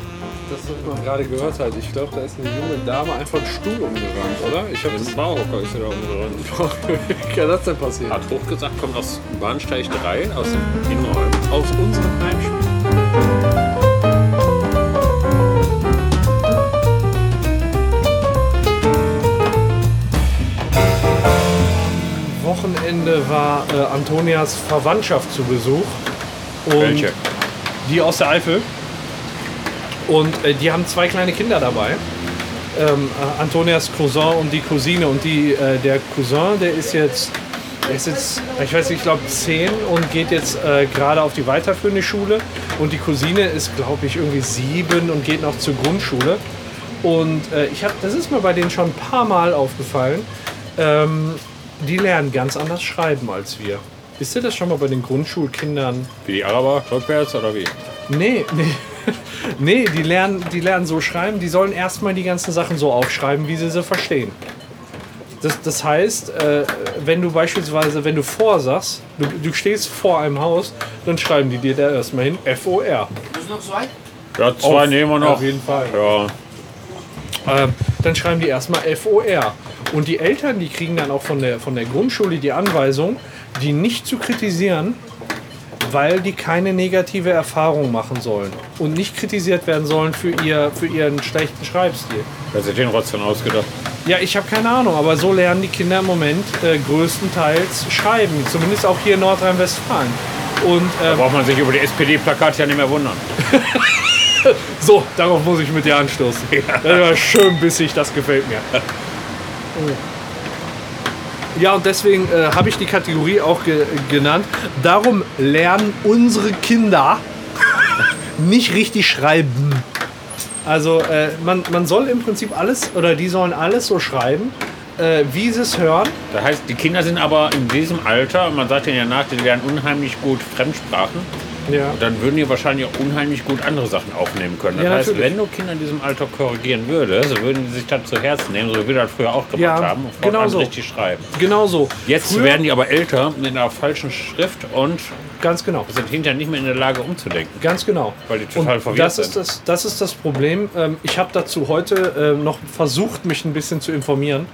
das, was man gerade gehört hat, ich glaube, da ist eine junge Dame einfach einen Stuhl umgerannt, oder? Ich [LAUGHS] habe Das ist Bauhocker, ist ja da umgerannt. Wie kann das denn passieren? Hat hochgesagt, kommt aus Bahnsteig 3, aus dem Innenraum. Aus unserem Heimspiel. Am Wochenende war äh, Antonias Verwandtschaft zu Besuch. Und Welche? Die aus der Eifel. Und äh, die haben zwei kleine Kinder dabei. Ähm, äh, Antonias Cousin und die Cousine. Und die, äh, der Cousin, der ist jetzt, der ist jetzt ich weiß nicht, ich glaube 10 und geht jetzt äh, gerade auf die weiterführende Schule. Und die Cousine ist, glaube ich, irgendwie 7 und geht noch zur Grundschule. Und äh, ich hab, das ist mir bei denen schon ein paar Mal aufgefallen. Ähm, die lernen ganz anders schreiben als wir. Ist dir das schon mal bei den Grundschulkindern Wie die Araber, rückwärts oder wie? Nee, nee. [LAUGHS] Nee, die lernen, die lernen so schreiben, die sollen erstmal die ganzen Sachen so aufschreiben, wie sie sie verstehen. Das, das heißt, äh, wenn du beispielsweise, wenn du vorsagst, du, du stehst vor einem Haus, dann schreiben die dir da erstmal hin FOR. Muss noch zwei? Ja, zwei nehmen wir noch. Auf jeden Fall. Ja, Ähm, dann schreiben die erstmal FOR. Und die Eltern, die kriegen dann auch von der, von der Grundschule die Anweisung, die nicht zu kritisieren, weil die keine negative Erfahrung machen sollen und nicht kritisiert werden sollen für, ihr, für ihren schlechten Schreibstil. wer sich den Rotzern ausgedacht? Ja, ich habe keine Ahnung, aber so lernen die Kinder im Moment äh, größtenteils schreiben, zumindest auch hier in Nordrhein-Westfalen. Und ähm, Da braucht man sich über die SPD-Plakate ja nicht mehr wundern. So, darauf muss ich mit dir anstoßen. Das war schön bissig, das gefällt mir. Ja, und deswegen äh, habe ich die Kategorie auch ge genannt. Darum lernen unsere Kinder [LAUGHS] nicht richtig schreiben. Also äh, man, man soll im Prinzip alles, oder die sollen alles so schreiben, äh, wie sie es hören. Das heißt, die Kinder sind aber in diesem Alter, man sagt denen ja nach, die lernen unheimlich gut Fremdsprachen. Ja. Dann würden die wahrscheinlich auch unheimlich gut andere Sachen aufnehmen können. Das Ja, heißt, natürlich. wenn du Kinder in diesem Alter korrigieren würdest, würden die sich das zu Herzen nehmen, so wie wir das früher auch gemacht Ja, haben. Und genau fortan so. richtig schreiben. Genau so. Jetzt Früher- werden die aber älter mit einer falschen Schrift und Ganz genau. sind hinterher nicht mehr in der Lage umzudenken. Ganz genau. Weil die total Und verwirrt das sind. Ist das, das ist das Problem. Ähm, ich habe dazu heute äh, noch versucht, mich ein bisschen zu informieren.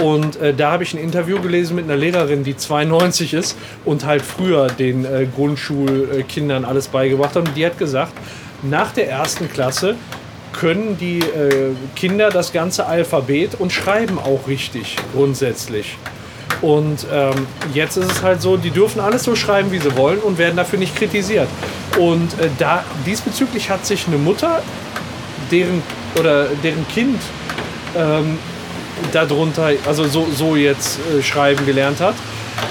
Und äh, da habe ich ein Interview gelesen mit einer Lehrerin, die 92 ist und halt früher den äh, Grundschulkindern alles beigebracht hat. Und die hat gesagt, nach der ersten Klasse können die äh, Kinder das ganze Alphabet und schreiben auch richtig grundsätzlich. Und ähm, jetzt ist es halt so, die dürfen alles so schreiben, wie sie wollen und werden dafür nicht kritisiert. Und äh, da, diesbezüglich hat sich eine Mutter, deren, oder deren Kind ähm, darunter, also so, so jetzt äh, schreiben gelernt hat,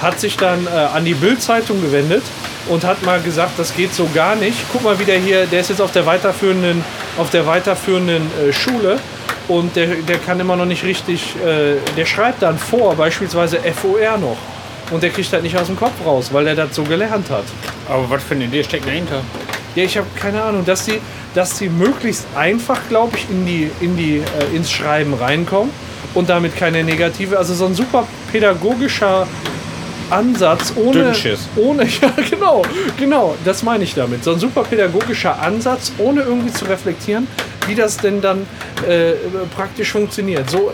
hat sich dann äh, an die Bild-Zeitung gewendet und hat mal gesagt, das geht so gar nicht. Guck mal, wie der hier, der ist jetzt auf der weiterführenden, auf der weiterführenden äh, Schule und der, der kann immer noch nicht richtig, äh, der schreibt dann vor, beispielsweise FOR noch. Und der kriegt das nicht aus dem Kopf raus, weil er das so gelernt hat. Aber was für eine Idee steckt dahinter? Ja, ich habe keine Ahnung, dass die, dass die möglichst einfach, glaube ich, in die, in die, äh, ins Schreiben reinkommen und damit keine negative, also so ein super pädagogischer Ansatz ohne, Dünnschiss. ohne, [LAUGHS] ja genau, genau, das meine ich damit, so ein super pädagogischer Ansatz, ohne irgendwie zu reflektieren, wie das denn dann äh, praktisch funktioniert. So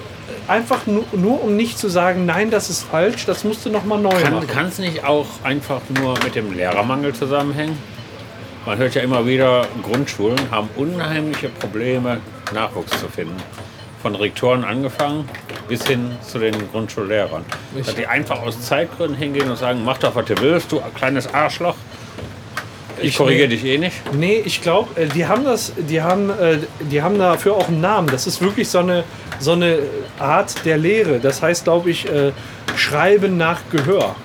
äh, einfach nur, nur um nicht zu sagen, nein, das ist falsch, das musst du nochmal neu machen. Kann es nicht auch einfach nur mit dem Lehrermangel zusammenhängen? Man hört ja immer wieder, Grundschulen haben unheimliche Probleme, Nachwuchs zu finden. Von Rektoren angefangen bis hin zu den Grundschullehrern. Dass die einfach aus Zeitgründen hingehen und sagen, mach doch, was du willst, du kleines Arschloch. Ich, korrigiere dich eh nicht. Nee, ich glaube, die haben das, die haben, äh, die haben dafür auch einen Namen. Das ist wirklich so eine, so eine Art der Lehre. Das heißt, glaube ich, äh, Schreiben nach Gehör.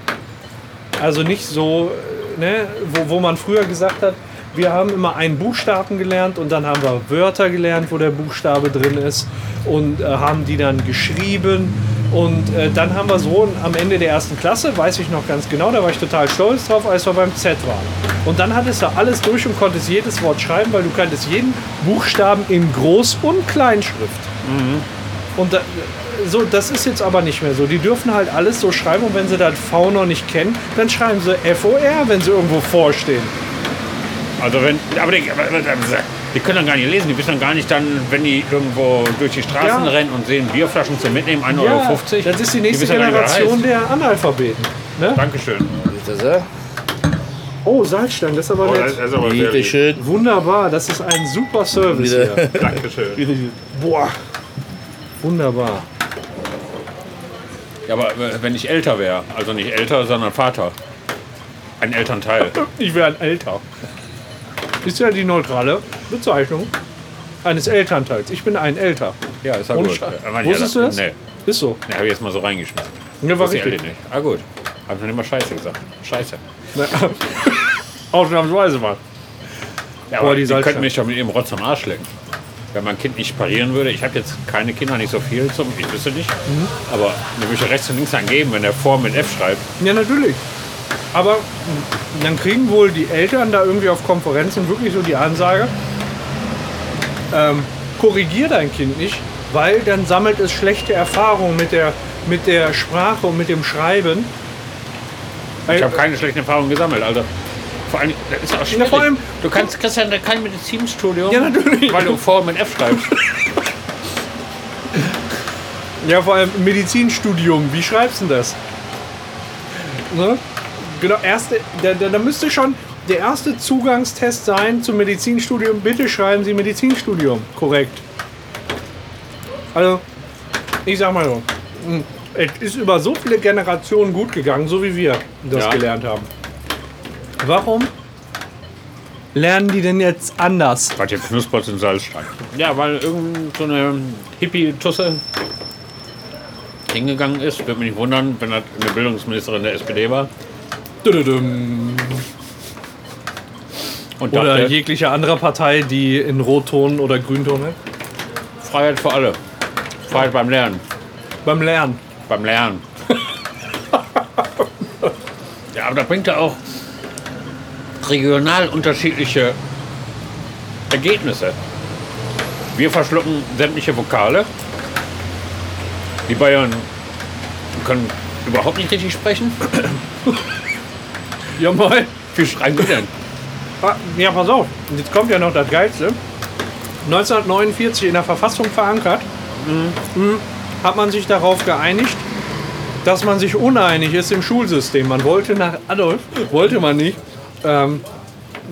Also nicht so, äh, ne, wo, wo man früher gesagt hat, Wir haben immer einen Buchstaben gelernt und dann haben wir Wörter gelernt, wo der Buchstabe drin ist und äh, haben die dann geschrieben. Und äh, dann haben wir so am Ende der ersten Klasse, weiß ich noch ganz genau, da war ich total stolz drauf, als wir beim Z waren. Und dann hattest du alles durch und konntest jedes Wort schreiben, weil du kanntest jeden Buchstaben in Groß- und Kleinschrift. Und da, so, das ist jetzt aber nicht mehr so. Die dürfen halt alles so schreiben und wenn sie das V noch nicht kennen, dann schreiben sie FOR, wenn sie irgendwo vorstehen. Also wenn, aber die, aber- aber- aber- die können dann gar nicht lesen, die wissen dann gar nicht dann, wenn die irgendwo durch die Straßen Ja. rennen und sehen Bierflaschen zum Mitnehmen, 1,50 Euro. Ja, das ist die nächste wissen gar nicht, was das Generation heißt. der Analphabeten. Ne? Dankeschön. Bitte Oh, Salzstangen, das ist aber nett. ist aber sehr. Bitte schön. Wunderbar, das ist ein super Service hier. Bitte. Dankeschön. Boah, wunderbar. Ja, aber äh, wenn ich älter wäre, also nicht älter, sondern Vater. Ein Elternteil. Ich werde älter. Ist ja die neutrale Bezeichnung eines Elternteils. Ich bin ein Älter. Ja, ist ja Ohne gut. Scheiß. Aber ja, Wusstest du das? Nee, Ist so. nee habe ich jetzt mal so reingeschmissen. Ne, war Wusste ich richtig. ehrlich nicht. Ah gut, habe ich noch nicht mal Scheiße gesagt. Scheiße. [LAUGHS] Ausnahmsweise mal. Ja, Boah, aber die die, Salzstangen. könnten mich doch mit ihrem Rotz am Arsch lecken. Wenn mein Kind nicht parieren würde, ich habe jetzt keine Kinder, nicht so viel zum, ich wüsste nicht, Mhm. aber mir würde rechts und links angeben, wenn der vor mit F schreibt. Ja, natürlich. Aber mh, dann kriegen wohl die Eltern da irgendwie auf Konferenzen wirklich so die Ansage, ähm, korrigier dein Kind nicht, weil dann sammelt es schlechte Erfahrungen mit der, mit der Sprache und mit dem Schreiben. Ich habe keine schlechten Erfahrungen gesammelt, also vor allem, das ist auch schwierig. vor allem- du kannst, Christian, da kein Medizinstudium, Ja, natürlich. weil du vor mit F schreibst. Ja, vor allem Medizinstudium, wie schreibst du denn das? Ne? Genau, erste, da, da, da müsste schon der erste Zugangstest sein zum Medizinstudium. Bitte schreiben Sie Medizinstudium. Korrekt. Also, ich sag mal so. mh, Es ist über so viele Generationen gut gegangen, so wie wir das Ja. gelernt haben. Warum lernen die denn jetzt anders? Was jetzt knuspert im Salzstein. Ja, weil irgend so eine Hippie-Tusse hingegangen ist. Würde mich nicht wundern, wenn das eine Bildungsministerin der SPD war. Und Oder dachte, jegliche andere Partei, die in Rotton oder Grünton hat? Freiheit für alle. Freiheit beim Lernen. Beim Lernen. Beim Lernen. ja, aber da bringt er auch regional unterschiedliche Ergebnisse. Wir verschlucken sämtliche Vokale. Die Bayern können überhaupt nicht richtig sprechen. Ja, moin. Wie schreiben die denn? Ah, Ja, pass auf. Jetzt kommt ja noch das Geilste. 1949 in der Verfassung verankert, mhm, hat man sich darauf geeinigt, dass man sich uneinig ist im Schulsystem. Man wollte nach Adolf, wollte man nicht, ähm,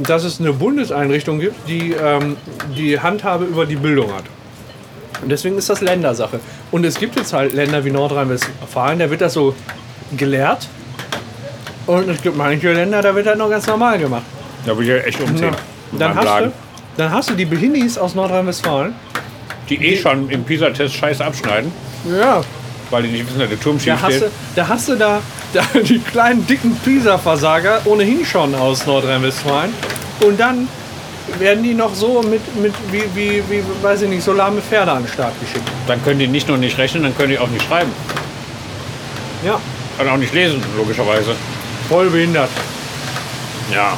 dass es eine Bundeseinrichtung gibt, die ähm, die Handhabe über die Bildung hat. Und deswegen ist das Ländersache. Und es gibt jetzt halt Länder wie Nordrhein-Westfalen, da wird das so gelehrt. Und es gibt manche Länder, da wird das noch ganz normal gemacht. Da würde ich ja echt umziehen. Mit Dann meinem hast, du, Laden. dann hast du die Behindis aus Nordrhein-Westfalen. Die eh schon im PISA-Test scheiße abschneiden, Ja. weil die nicht wissen, dass der Turm schief Da hast, du, steht. da hast du da, da [LAUGHS] die kleinen, dicken Pisa-Versager ohnehin schon aus Nordrhein-Westfalen. Und dann werden die noch so mit, mit wie, wie, wie, weiß ich nicht, so lahme Pferde an den Start geschickt. Dann können die nicht nur nicht rechnen, dann können die auch nicht schreiben. Ja, Und auch nicht lesen, logischerweise. voll behindert. Ja.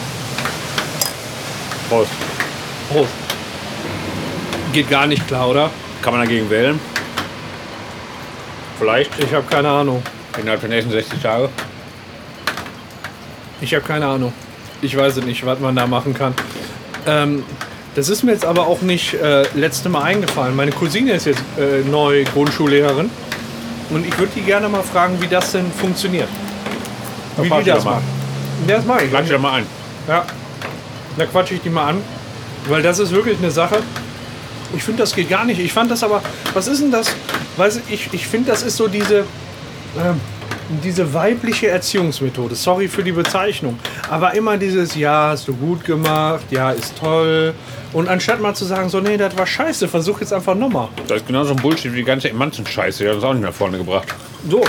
Prost. Prost. Geht gar nicht klar, oder? Kann man dagegen wählen? Vielleicht Ich habe keine Ahnung. innerhalb der nächsten 60 Tage. Ich habe keine Ahnung. Ich weiß es nicht, was man da machen kann. Ähm, das ist mir jetzt aber auch nicht äh, letzte Mal eingefallen. Meine Cousine ist jetzt äh, neu Grundschullehrerin und ich würde die gerne mal fragen, wie das denn funktioniert. Wie frag die ich das doch mal. machen. Das mache ich. Lade ich doch mal ein. Ja. Da quatsche ich die mal an. Weil das ist wirklich eine Sache. Ich finde, das geht gar nicht. Ich fand das aber. Was ist denn das? Weiß ich, ich, ich finde, das ist so diese. ähm, diese weibliche Erziehungsmethode. Sorry für die Bezeichnung. Aber immer dieses Ja, hast du gut gemacht, ja, ist toll. Und anstatt mal zu sagen, so, nee, das war scheiße, versuch jetzt einfach nochmal. Das ist genauso ein Bullshit wie die ganze Emanzen-Scheiße. Die hat uns auch nicht nach vorne gebracht. So.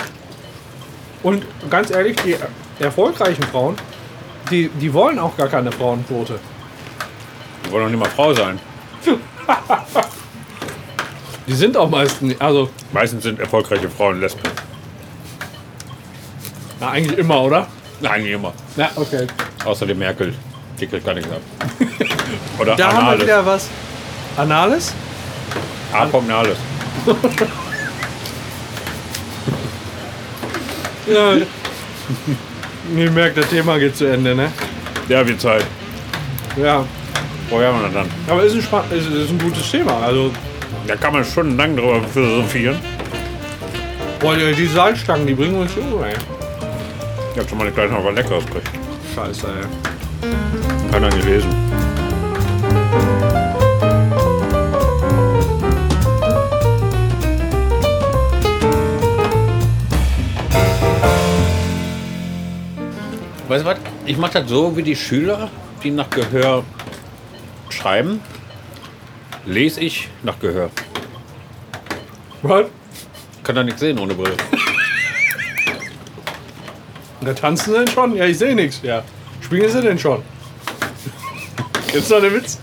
Und ganz ehrlich, die erfolgreichen Frauen, die, die wollen auch gar keine Frauenquote. Die wollen doch nicht mal Frau sein. Die sind auch meistens, also, Meistens sind erfolgreiche Frauen Lesben. na, eigentlich immer, oder? Nein, nicht immer. Ja, okay. Außer die Merkel. Die kriegt gar nichts ab. [LAUGHS] Oder Da haben wir Anales. wieder was. Anales? Ah, Apominales. [LAUGHS] Ja. Ihr merkt, das Thema geht zu Ende, ne? Ja, wie Zeit. Ja. Woher haben wir das dann? Aber ist ein, spa- ist, ist ein gutes Thema. Also, Da kann man stundenlang drüber philosophieren. boah, die die Salzstangen, die bringen uns um, ey. Ich hab schon mal gleich noch was Leckeres gekriegt. Scheiße, ey. Keiner gelesen. Weißt du was? Ich mache das so wie die Schüler, die nach Gehör schreiben. Lese ich nach Gehör. Was? Kann da nichts sehen ohne Brille. Da tanzen sie denn schon? Ja, ich sehe nichts. Ja. Spielen sie denn schon? [LAUGHS] Gibt's noch den Witz?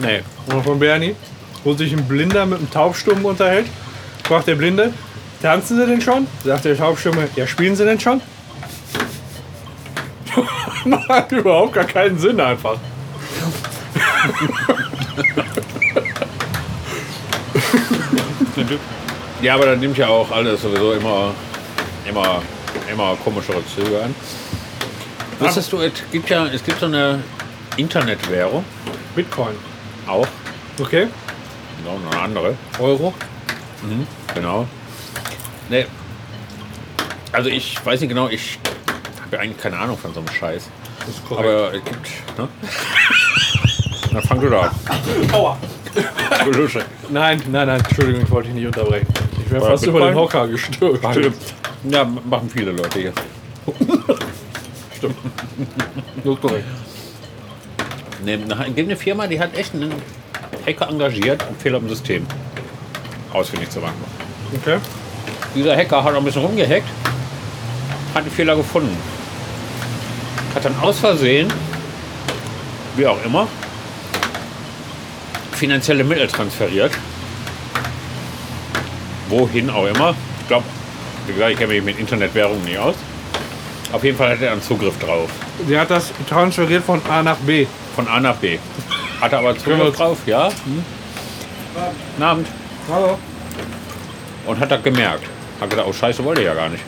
Nee. Oder Von Bernie, wo sich ein Blinder mit einem Taubstummen unterhält. Fragt der Blinde, tanzen sie denn schon? Sagt der Taubstumme, ja, spielen sie denn schon? [LAUGHS] Macht überhaupt gar keinen Sinn einfach. Ja, aber dann nimmt ja auch alles sowieso immer, immer, immer komischere Züge an. Wusstest du, es gibt ja es gibt so eine Internetwährung, Bitcoin. auch, Okay? noch eine andere, Euro? genau. Nee. Also ich weiß nicht genau, ich habe ja eigentlich keine Ahnung von so einem Scheiß. Das ist korrekt. Aber es gibt, ne? Dann fang du [LAUGHS] da an. Aua. Du Lusche. Nein, nein, nein, Entschuldigung, ich wollte dich nicht unterbrechen. Ich wäre War fast über Bitcoin? den Hocker gestürzt. Ja, machen viele Leute jetzt. Das ist korrekt. Ne, nach- gibt eine Firma, die hat echt einen Hacker engagiert, um Fehler im System ausfindig zu machen. Okay. Dieser Hacker hat auch ein bisschen rumgehackt, hat einen Fehler gefunden. Hat dann aus Versehen, wie auch immer, finanzielle Mittel transferiert. Wohin auch immer. Ich glaube, wie gesagt, ich kenne mich mit Internetwährungen nicht aus. Auf jeden Fall hat er einen Zugriff drauf. Sie hat das transferiert von A nach B. Von A nach B. Hat er aber Zugriff Guten drauf, ja? Hm? Guten Abend. Hallo. Und hat das gemerkt. Hat gedacht, oh Scheiße, wollte ich ja gar nicht.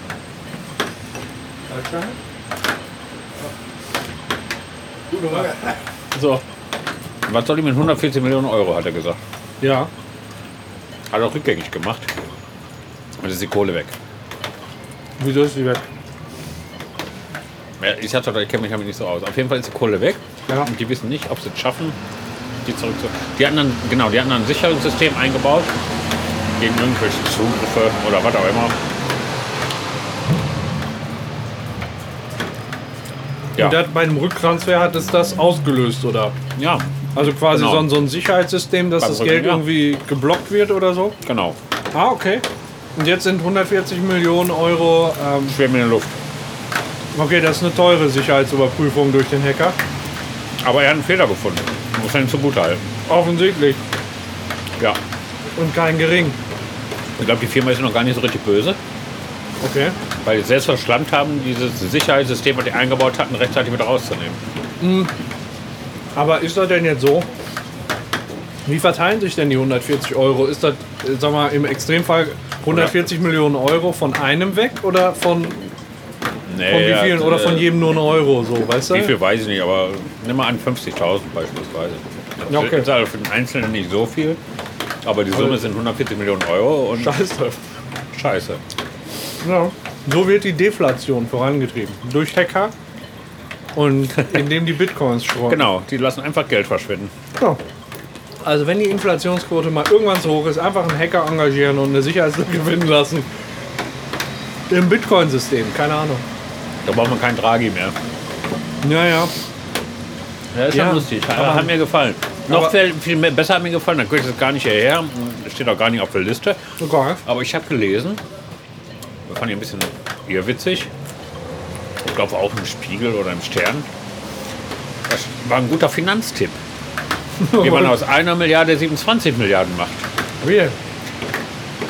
So. Was soll ich mit 140 Millionen Euro, hat er gesagt. Ja. Hat er rückgängig gemacht. Und ist die Kohle weg. Wieso ist sie weg? Ja, Ich hatte, ich kenne mich damit nicht so aus. Auf jeden Fall ist die Kohle weg. Ja. Und die wissen nicht, ob sie es schaffen, die zurückzu. Die hatten dann, genau, die hatten dann ein Sicherungssystem eingebaut. Gegen irgendwelche Zugriffe oder was auch immer. Ja. Und das, bei dem Rücktransfer hat es das ausgelöst, oder? Ja, Also quasi Genau. so, ein, so ein Sicherheitssystem, dass Beim das Geld Rücken, ja. irgendwie geblockt wird oder so. genau. Ah, okay. Und jetzt sind 140 Millionen Euro. Ähm, Schwimmen in der Luft. okay, das ist eine teure Sicherheitsüberprüfung durch den Hacker. Aber er hat einen Fehler gefunden. Muss er ihm zugutehalten. Offensichtlich. Ja. Und kein gering. Ich glaube, die Firma ist noch gar nicht so richtig böse, Okay. weil sie selbst verschlammt haben, dieses Sicherheitssystem, was die eingebaut hatten, rechtzeitig wieder rauszunehmen. Aber ist das denn jetzt so? Wie verteilen sich denn die 140 Euro? Ist das, äh, sag mal, im Extremfall 140 Millionen Euro von einem weg oder von, von Nee, wie vielen? Oder von äh, jedem nur einen Euro, so, weißt du? [LAUGHS] Wie viel weiß ich nicht, aber nimm mal an 50.000 beispielsweise. Das Ja, okay. Also- ist also für den Einzelnen nicht so viel, aber die Summe sind 140 Millionen Euro und Scheiße. Scheiße. Ja. So wird die Deflation vorangetrieben. Durch Hacker [LAUGHS] und indem die Bitcoins streuen. Genau, die lassen einfach Geld verschwinden. Ja. Genau. Also wenn die Inflationsquote mal irgendwann zu hoch ist, einfach einen Hacker engagieren und eine Sicherheitslücke [LAUGHS] gewinnen lassen. Im Bitcoin-System, keine Ahnung. Da braucht man keinen Draghi mehr. Naja. Ja, ist Ja, schon lustig. Aber hat mir gefallen. Noch aber- viel, viel mehr, besser hat mir gefallen, dann kriege ich das gar nicht hierher. Steht auch gar nicht auf der Liste. Okay. Aber ich habe gelesen, das fand ich ein bisschen eher witzig, ich glaube auch im Spiegel oder im Stern, das war ein guter Finanztipp. wie man aus einer Milliarde 27 Milliarden macht. Real.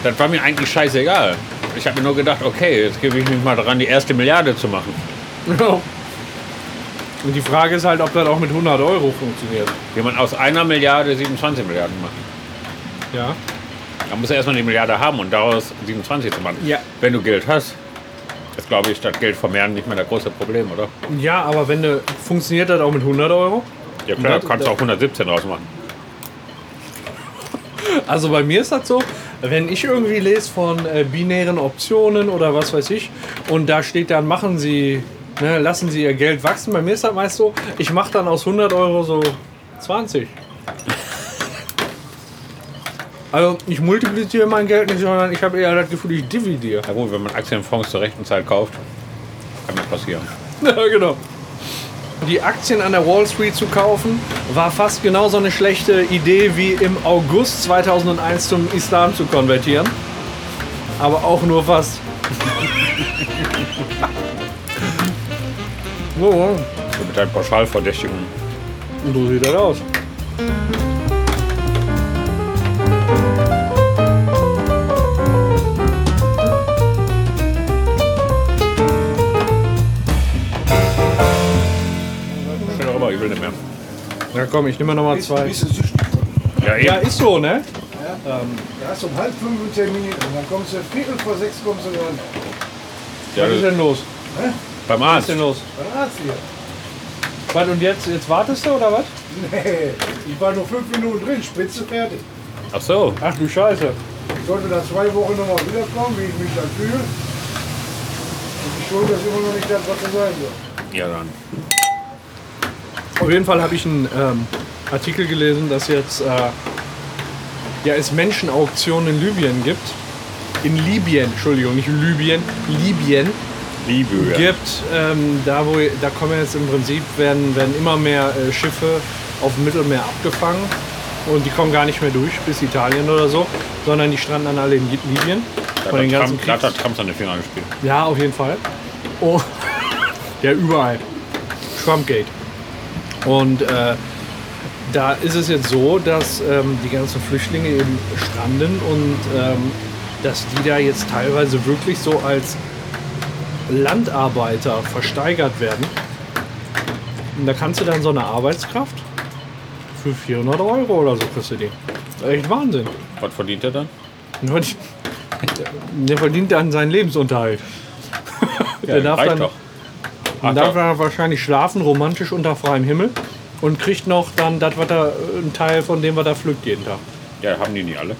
Das war mir eigentlich scheißegal. Ich habe mir nur gedacht, okay, jetzt gebe ich mich mal daran, die erste Milliarde zu machen. Und die Frage ist halt, ob das auch mit 100 Euro funktioniert. Wie man aus einer Milliarde 27 Milliarden macht. Ja. Da musst du erstmal die Milliarde haben und daraus 27 zu machen. Ja. Wenn du Geld hast, ist, glaube ich, statt Geld vermehren nicht mehr das große Problem, oder? Ja, aber wenn du, funktioniert das auch mit 100 Euro? Ja klar, Das- kannst du auch 117 draus machen. Also bei mir ist das so, wenn ich irgendwie lese von äh, binären Optionen oder was weiß ich und da steht dann, machen Sie, ne, lassen Sie Ihr Geld wachsen. Bei mir ist das meist so, ich mache dann aus 100 Euro so 20. Also ich multipliziere mein Geld nicht, sondern ich habe eher das Gefühl, ich dividiere. Na gut, wenn man Aktienfonds zur rechten Zeit kauft, kann das passieren. [LAUGHS] Ja, genau. Die Aktien an der Wall Street zu kaufen, war fast genauso eine schlechte Idee wie im August 2001 zum Islam zu konvertieren. Aber auch nur [LAUGHS] fast. so, So mit deinen Pauschalverdächtigen. so sieht das aus. Schnell rüber, ich will nicht mehr. Na komm, ich nehme nochmal Ist ein zwei. bisschen süchtig. Ja, eben. Ja, ist so, ne? Da hast du um halb fünf einen Termin und dann kommst du viertel vor sechs kommst du dann Ja, Was ist das- denn los? beim Was ist Arzt. denn los? beim Arzt hier. Was und jetzt? Jetzt wartest du oder was? Nee, ich war nur fünf Minuten drin, Spitze fertig. Ach so. Ach du Scheiße. Ich sollte nach zwei Wochen nochmal wiederkommen, wie ich mich dann fühle. Und die Schuld ist immer noch nicht das, was sie sein soll. Ja, dann. Auf jeden Fall habe ich einen ähm, Artikel gelesen, dass jetzt äh, ja, es Menschenauktionen in Libyen gibt. In Libyen, Entschuldigung, nicht in Libyen, Libyen Liebe. gibt. Ähm, da, wo, da kommen jetzt im Prinzip, werden, werden immer mehr äh, Schiffe auf dem Mittelmeer abgefangen und die kommen gar nicht mehr durch bis Italien oder so, sondern die stranden dann alle in Li- Libyen. Da Von hat den ganzen Trump, da hat Kriegs der Trump seine Finger im Spiel. ja, auf jeden Fall. Oh. Ja, überall. Trumpgate. Und äh, da ist es jetzt so, dass ähm, die ganzen Flüchtlinge eben stranden und ähm, dass die da jetzt teilweise wirklich so als Landarbeiter versteigert werden. Und da kannst du dann so eine Arbeitskraft für 400 Euro oder so kriegst du die. Echt Wahnsinn. Was verdient er dann? Nur die- Der verdient dann seinen [LAUGHS] Lebensunterhalt. der darf reicht dann, doch. dann Hat darf er, er wahrscheinlich schlafen, romantisch unter freiem Himmel und kriegt noch dann das, was er, äh, einen Teil von dem, was er pflückt jeden Tag. ja, haben die nicht alle.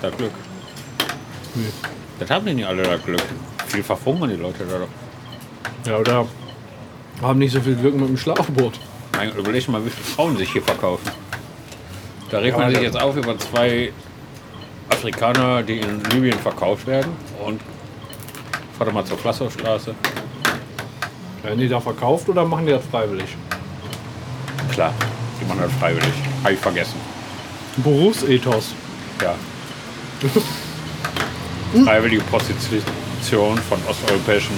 Das Glück. Nee. Das haben die nicht alle, das Glück. Viel verfungern die Leute da doch. Ja, oder haben nicht so viel Glück mit dem Schlauchboot. Mein, überleg mal, wie viele Frauen sich hier verkaufen. Da regt man sich jetzt auf über zwei Afrikaner, die in Libyen verkauft werden. Und fahr doch mal zur Klassowstraße. Werden die da verkauft oder machen die das freiwillig? Klar, die machen das freiwillig. Habe ich vergessen. Berufsethos. [LAUGHS] Ja. Hm. Freiwillige Prostitution von osteuropäischen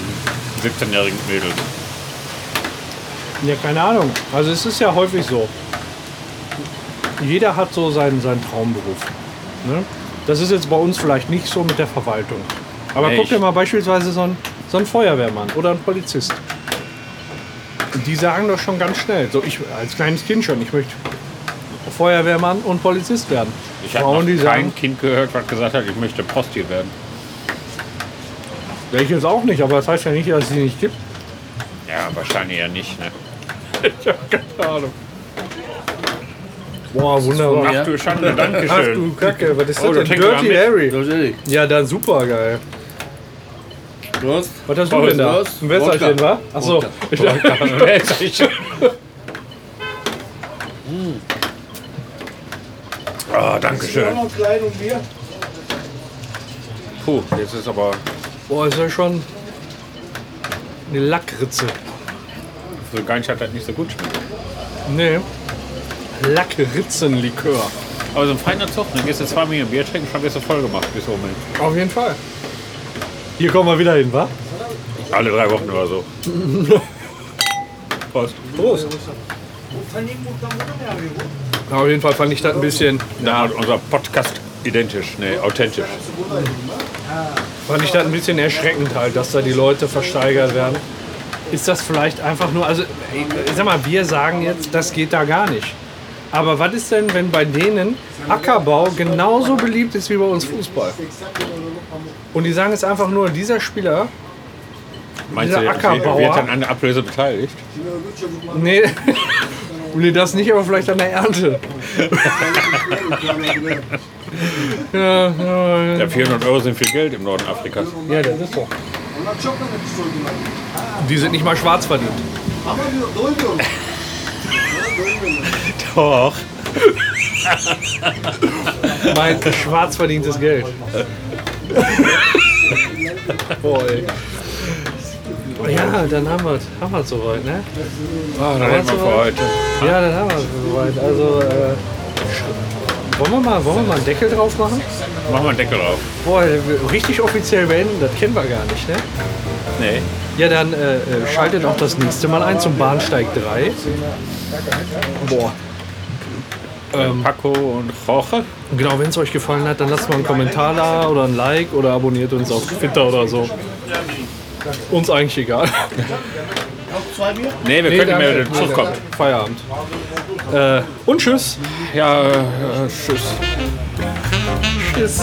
17-jährigen Mädels. Ja, keine Ahnung. Also es ist ja häufig so. Jeder hat so seinen, seinen Traumberuf. Ne? Das ist jetzt bei uns vielleicht nicht so mit der Verwaltung. Aber Nee, guck dir ich- mal beispielsweise so einen, so einen Feuerwehrmann oder einen Polizist. Die sagen doch schon ganz schnell, so ich als kleines Kind schon, ich möchte Feuerwehrmann und Polizist werden. Ich habe Frauen, die noch kein sagen, Kind gehört, was gesagt hat, ich möchte Prosti werden. welches jetzt auch nicht, aber das heißt ja nicht, dass es sie nicht gibt. Ja, wahrscheinlich eher nicht. Ne? Ich habe keine Ahnung. Boah, wunderbar. Ach du Schande, danke Oh, [LAUGHS] Ach schön. du Kacke, was ist Oh, da das denn? trinkt einer Dirty mit. Harry. Das ist ehrlich. Ja, dann super geil. Los. Was hast du denn da? Was? Ein Wässerchen, Wodka. wa? Achso. Wodka. Ich dachte, [LAUGHS] Ah, danke Ist auch schön. noch klein und Bier? Puh, jetzt ist aber boah, ist ja schon eine Lackritze. so Geinsch hat das also nicht so gut schmeckt. Nee. Lackritzenlikör. Aber so ein feiner Zug, dann gehst du zwei Minuten Bier trinken, schon bist du voll gemacht bis oben. hin. Auf jeden Fall. Hier kommen wir wieder hin, wa? Alle drei Wochen oder so. [LAUGHS] Prost. Prost. Aber auf jeden Fall fand ich das ein bisschen, Da hat unser Podcast identisch, nee, authentisch. fand ich das ein bisschen erschreckend halt, dass da die Leute versteigert werden. Ist das vielleicht einfach nur, also ich sag mal, wir sagen jetzt, das geht da gar nicht. Aber was ist denn, wenn bei denen Ackerbau genauso beliebt ist wie bei uns Fußball? Und die sagen jetzt einfach nur, dieser Spieler, Meinst du, Dieser Ackerbauer. wird dann an der Ablöse beteiligt? nee, [LAUGHS] nee, das nicht, aber vielleicht an der Ernte. [LAUGHS] ja, ja, ja. Ja, 400 Euro sind viel Geld im Norden Afrikas. ja, das ist so. Die sind nicht mal schwarz verdient. Doch. Mein schwarz verdientes Geld. Boah, ey. Ja, dann haben wir es haben wir's soweit, ne? Ah, dann hätten wir für heute. Ja, dann haben wir es soweit. Also, äh, sch- wollen, wir mal, wollen wir mal einen Deckel drauf machen? Machen wir einen Deckel auf. Boah, richtig offiziell beenden, das kennen wir gar nicht, ne? Nee. Ja, dann äh, äh, schaltet auch das nächste Mal ein zum Bahnsteig 3. Boah. Äh, Paco und Jorge. Genau, wenn es euch gefallen hat, dann lasst mal einen Kommentar da oder ein Like oder abonniert uns auf Twitter oder so. Uns eigentlich egal. Nee, wir können nicht mehr, danke. der Zug kommt. Feierabend. Äh, und tschüss. Ja, äh, tschüss. Tschüss.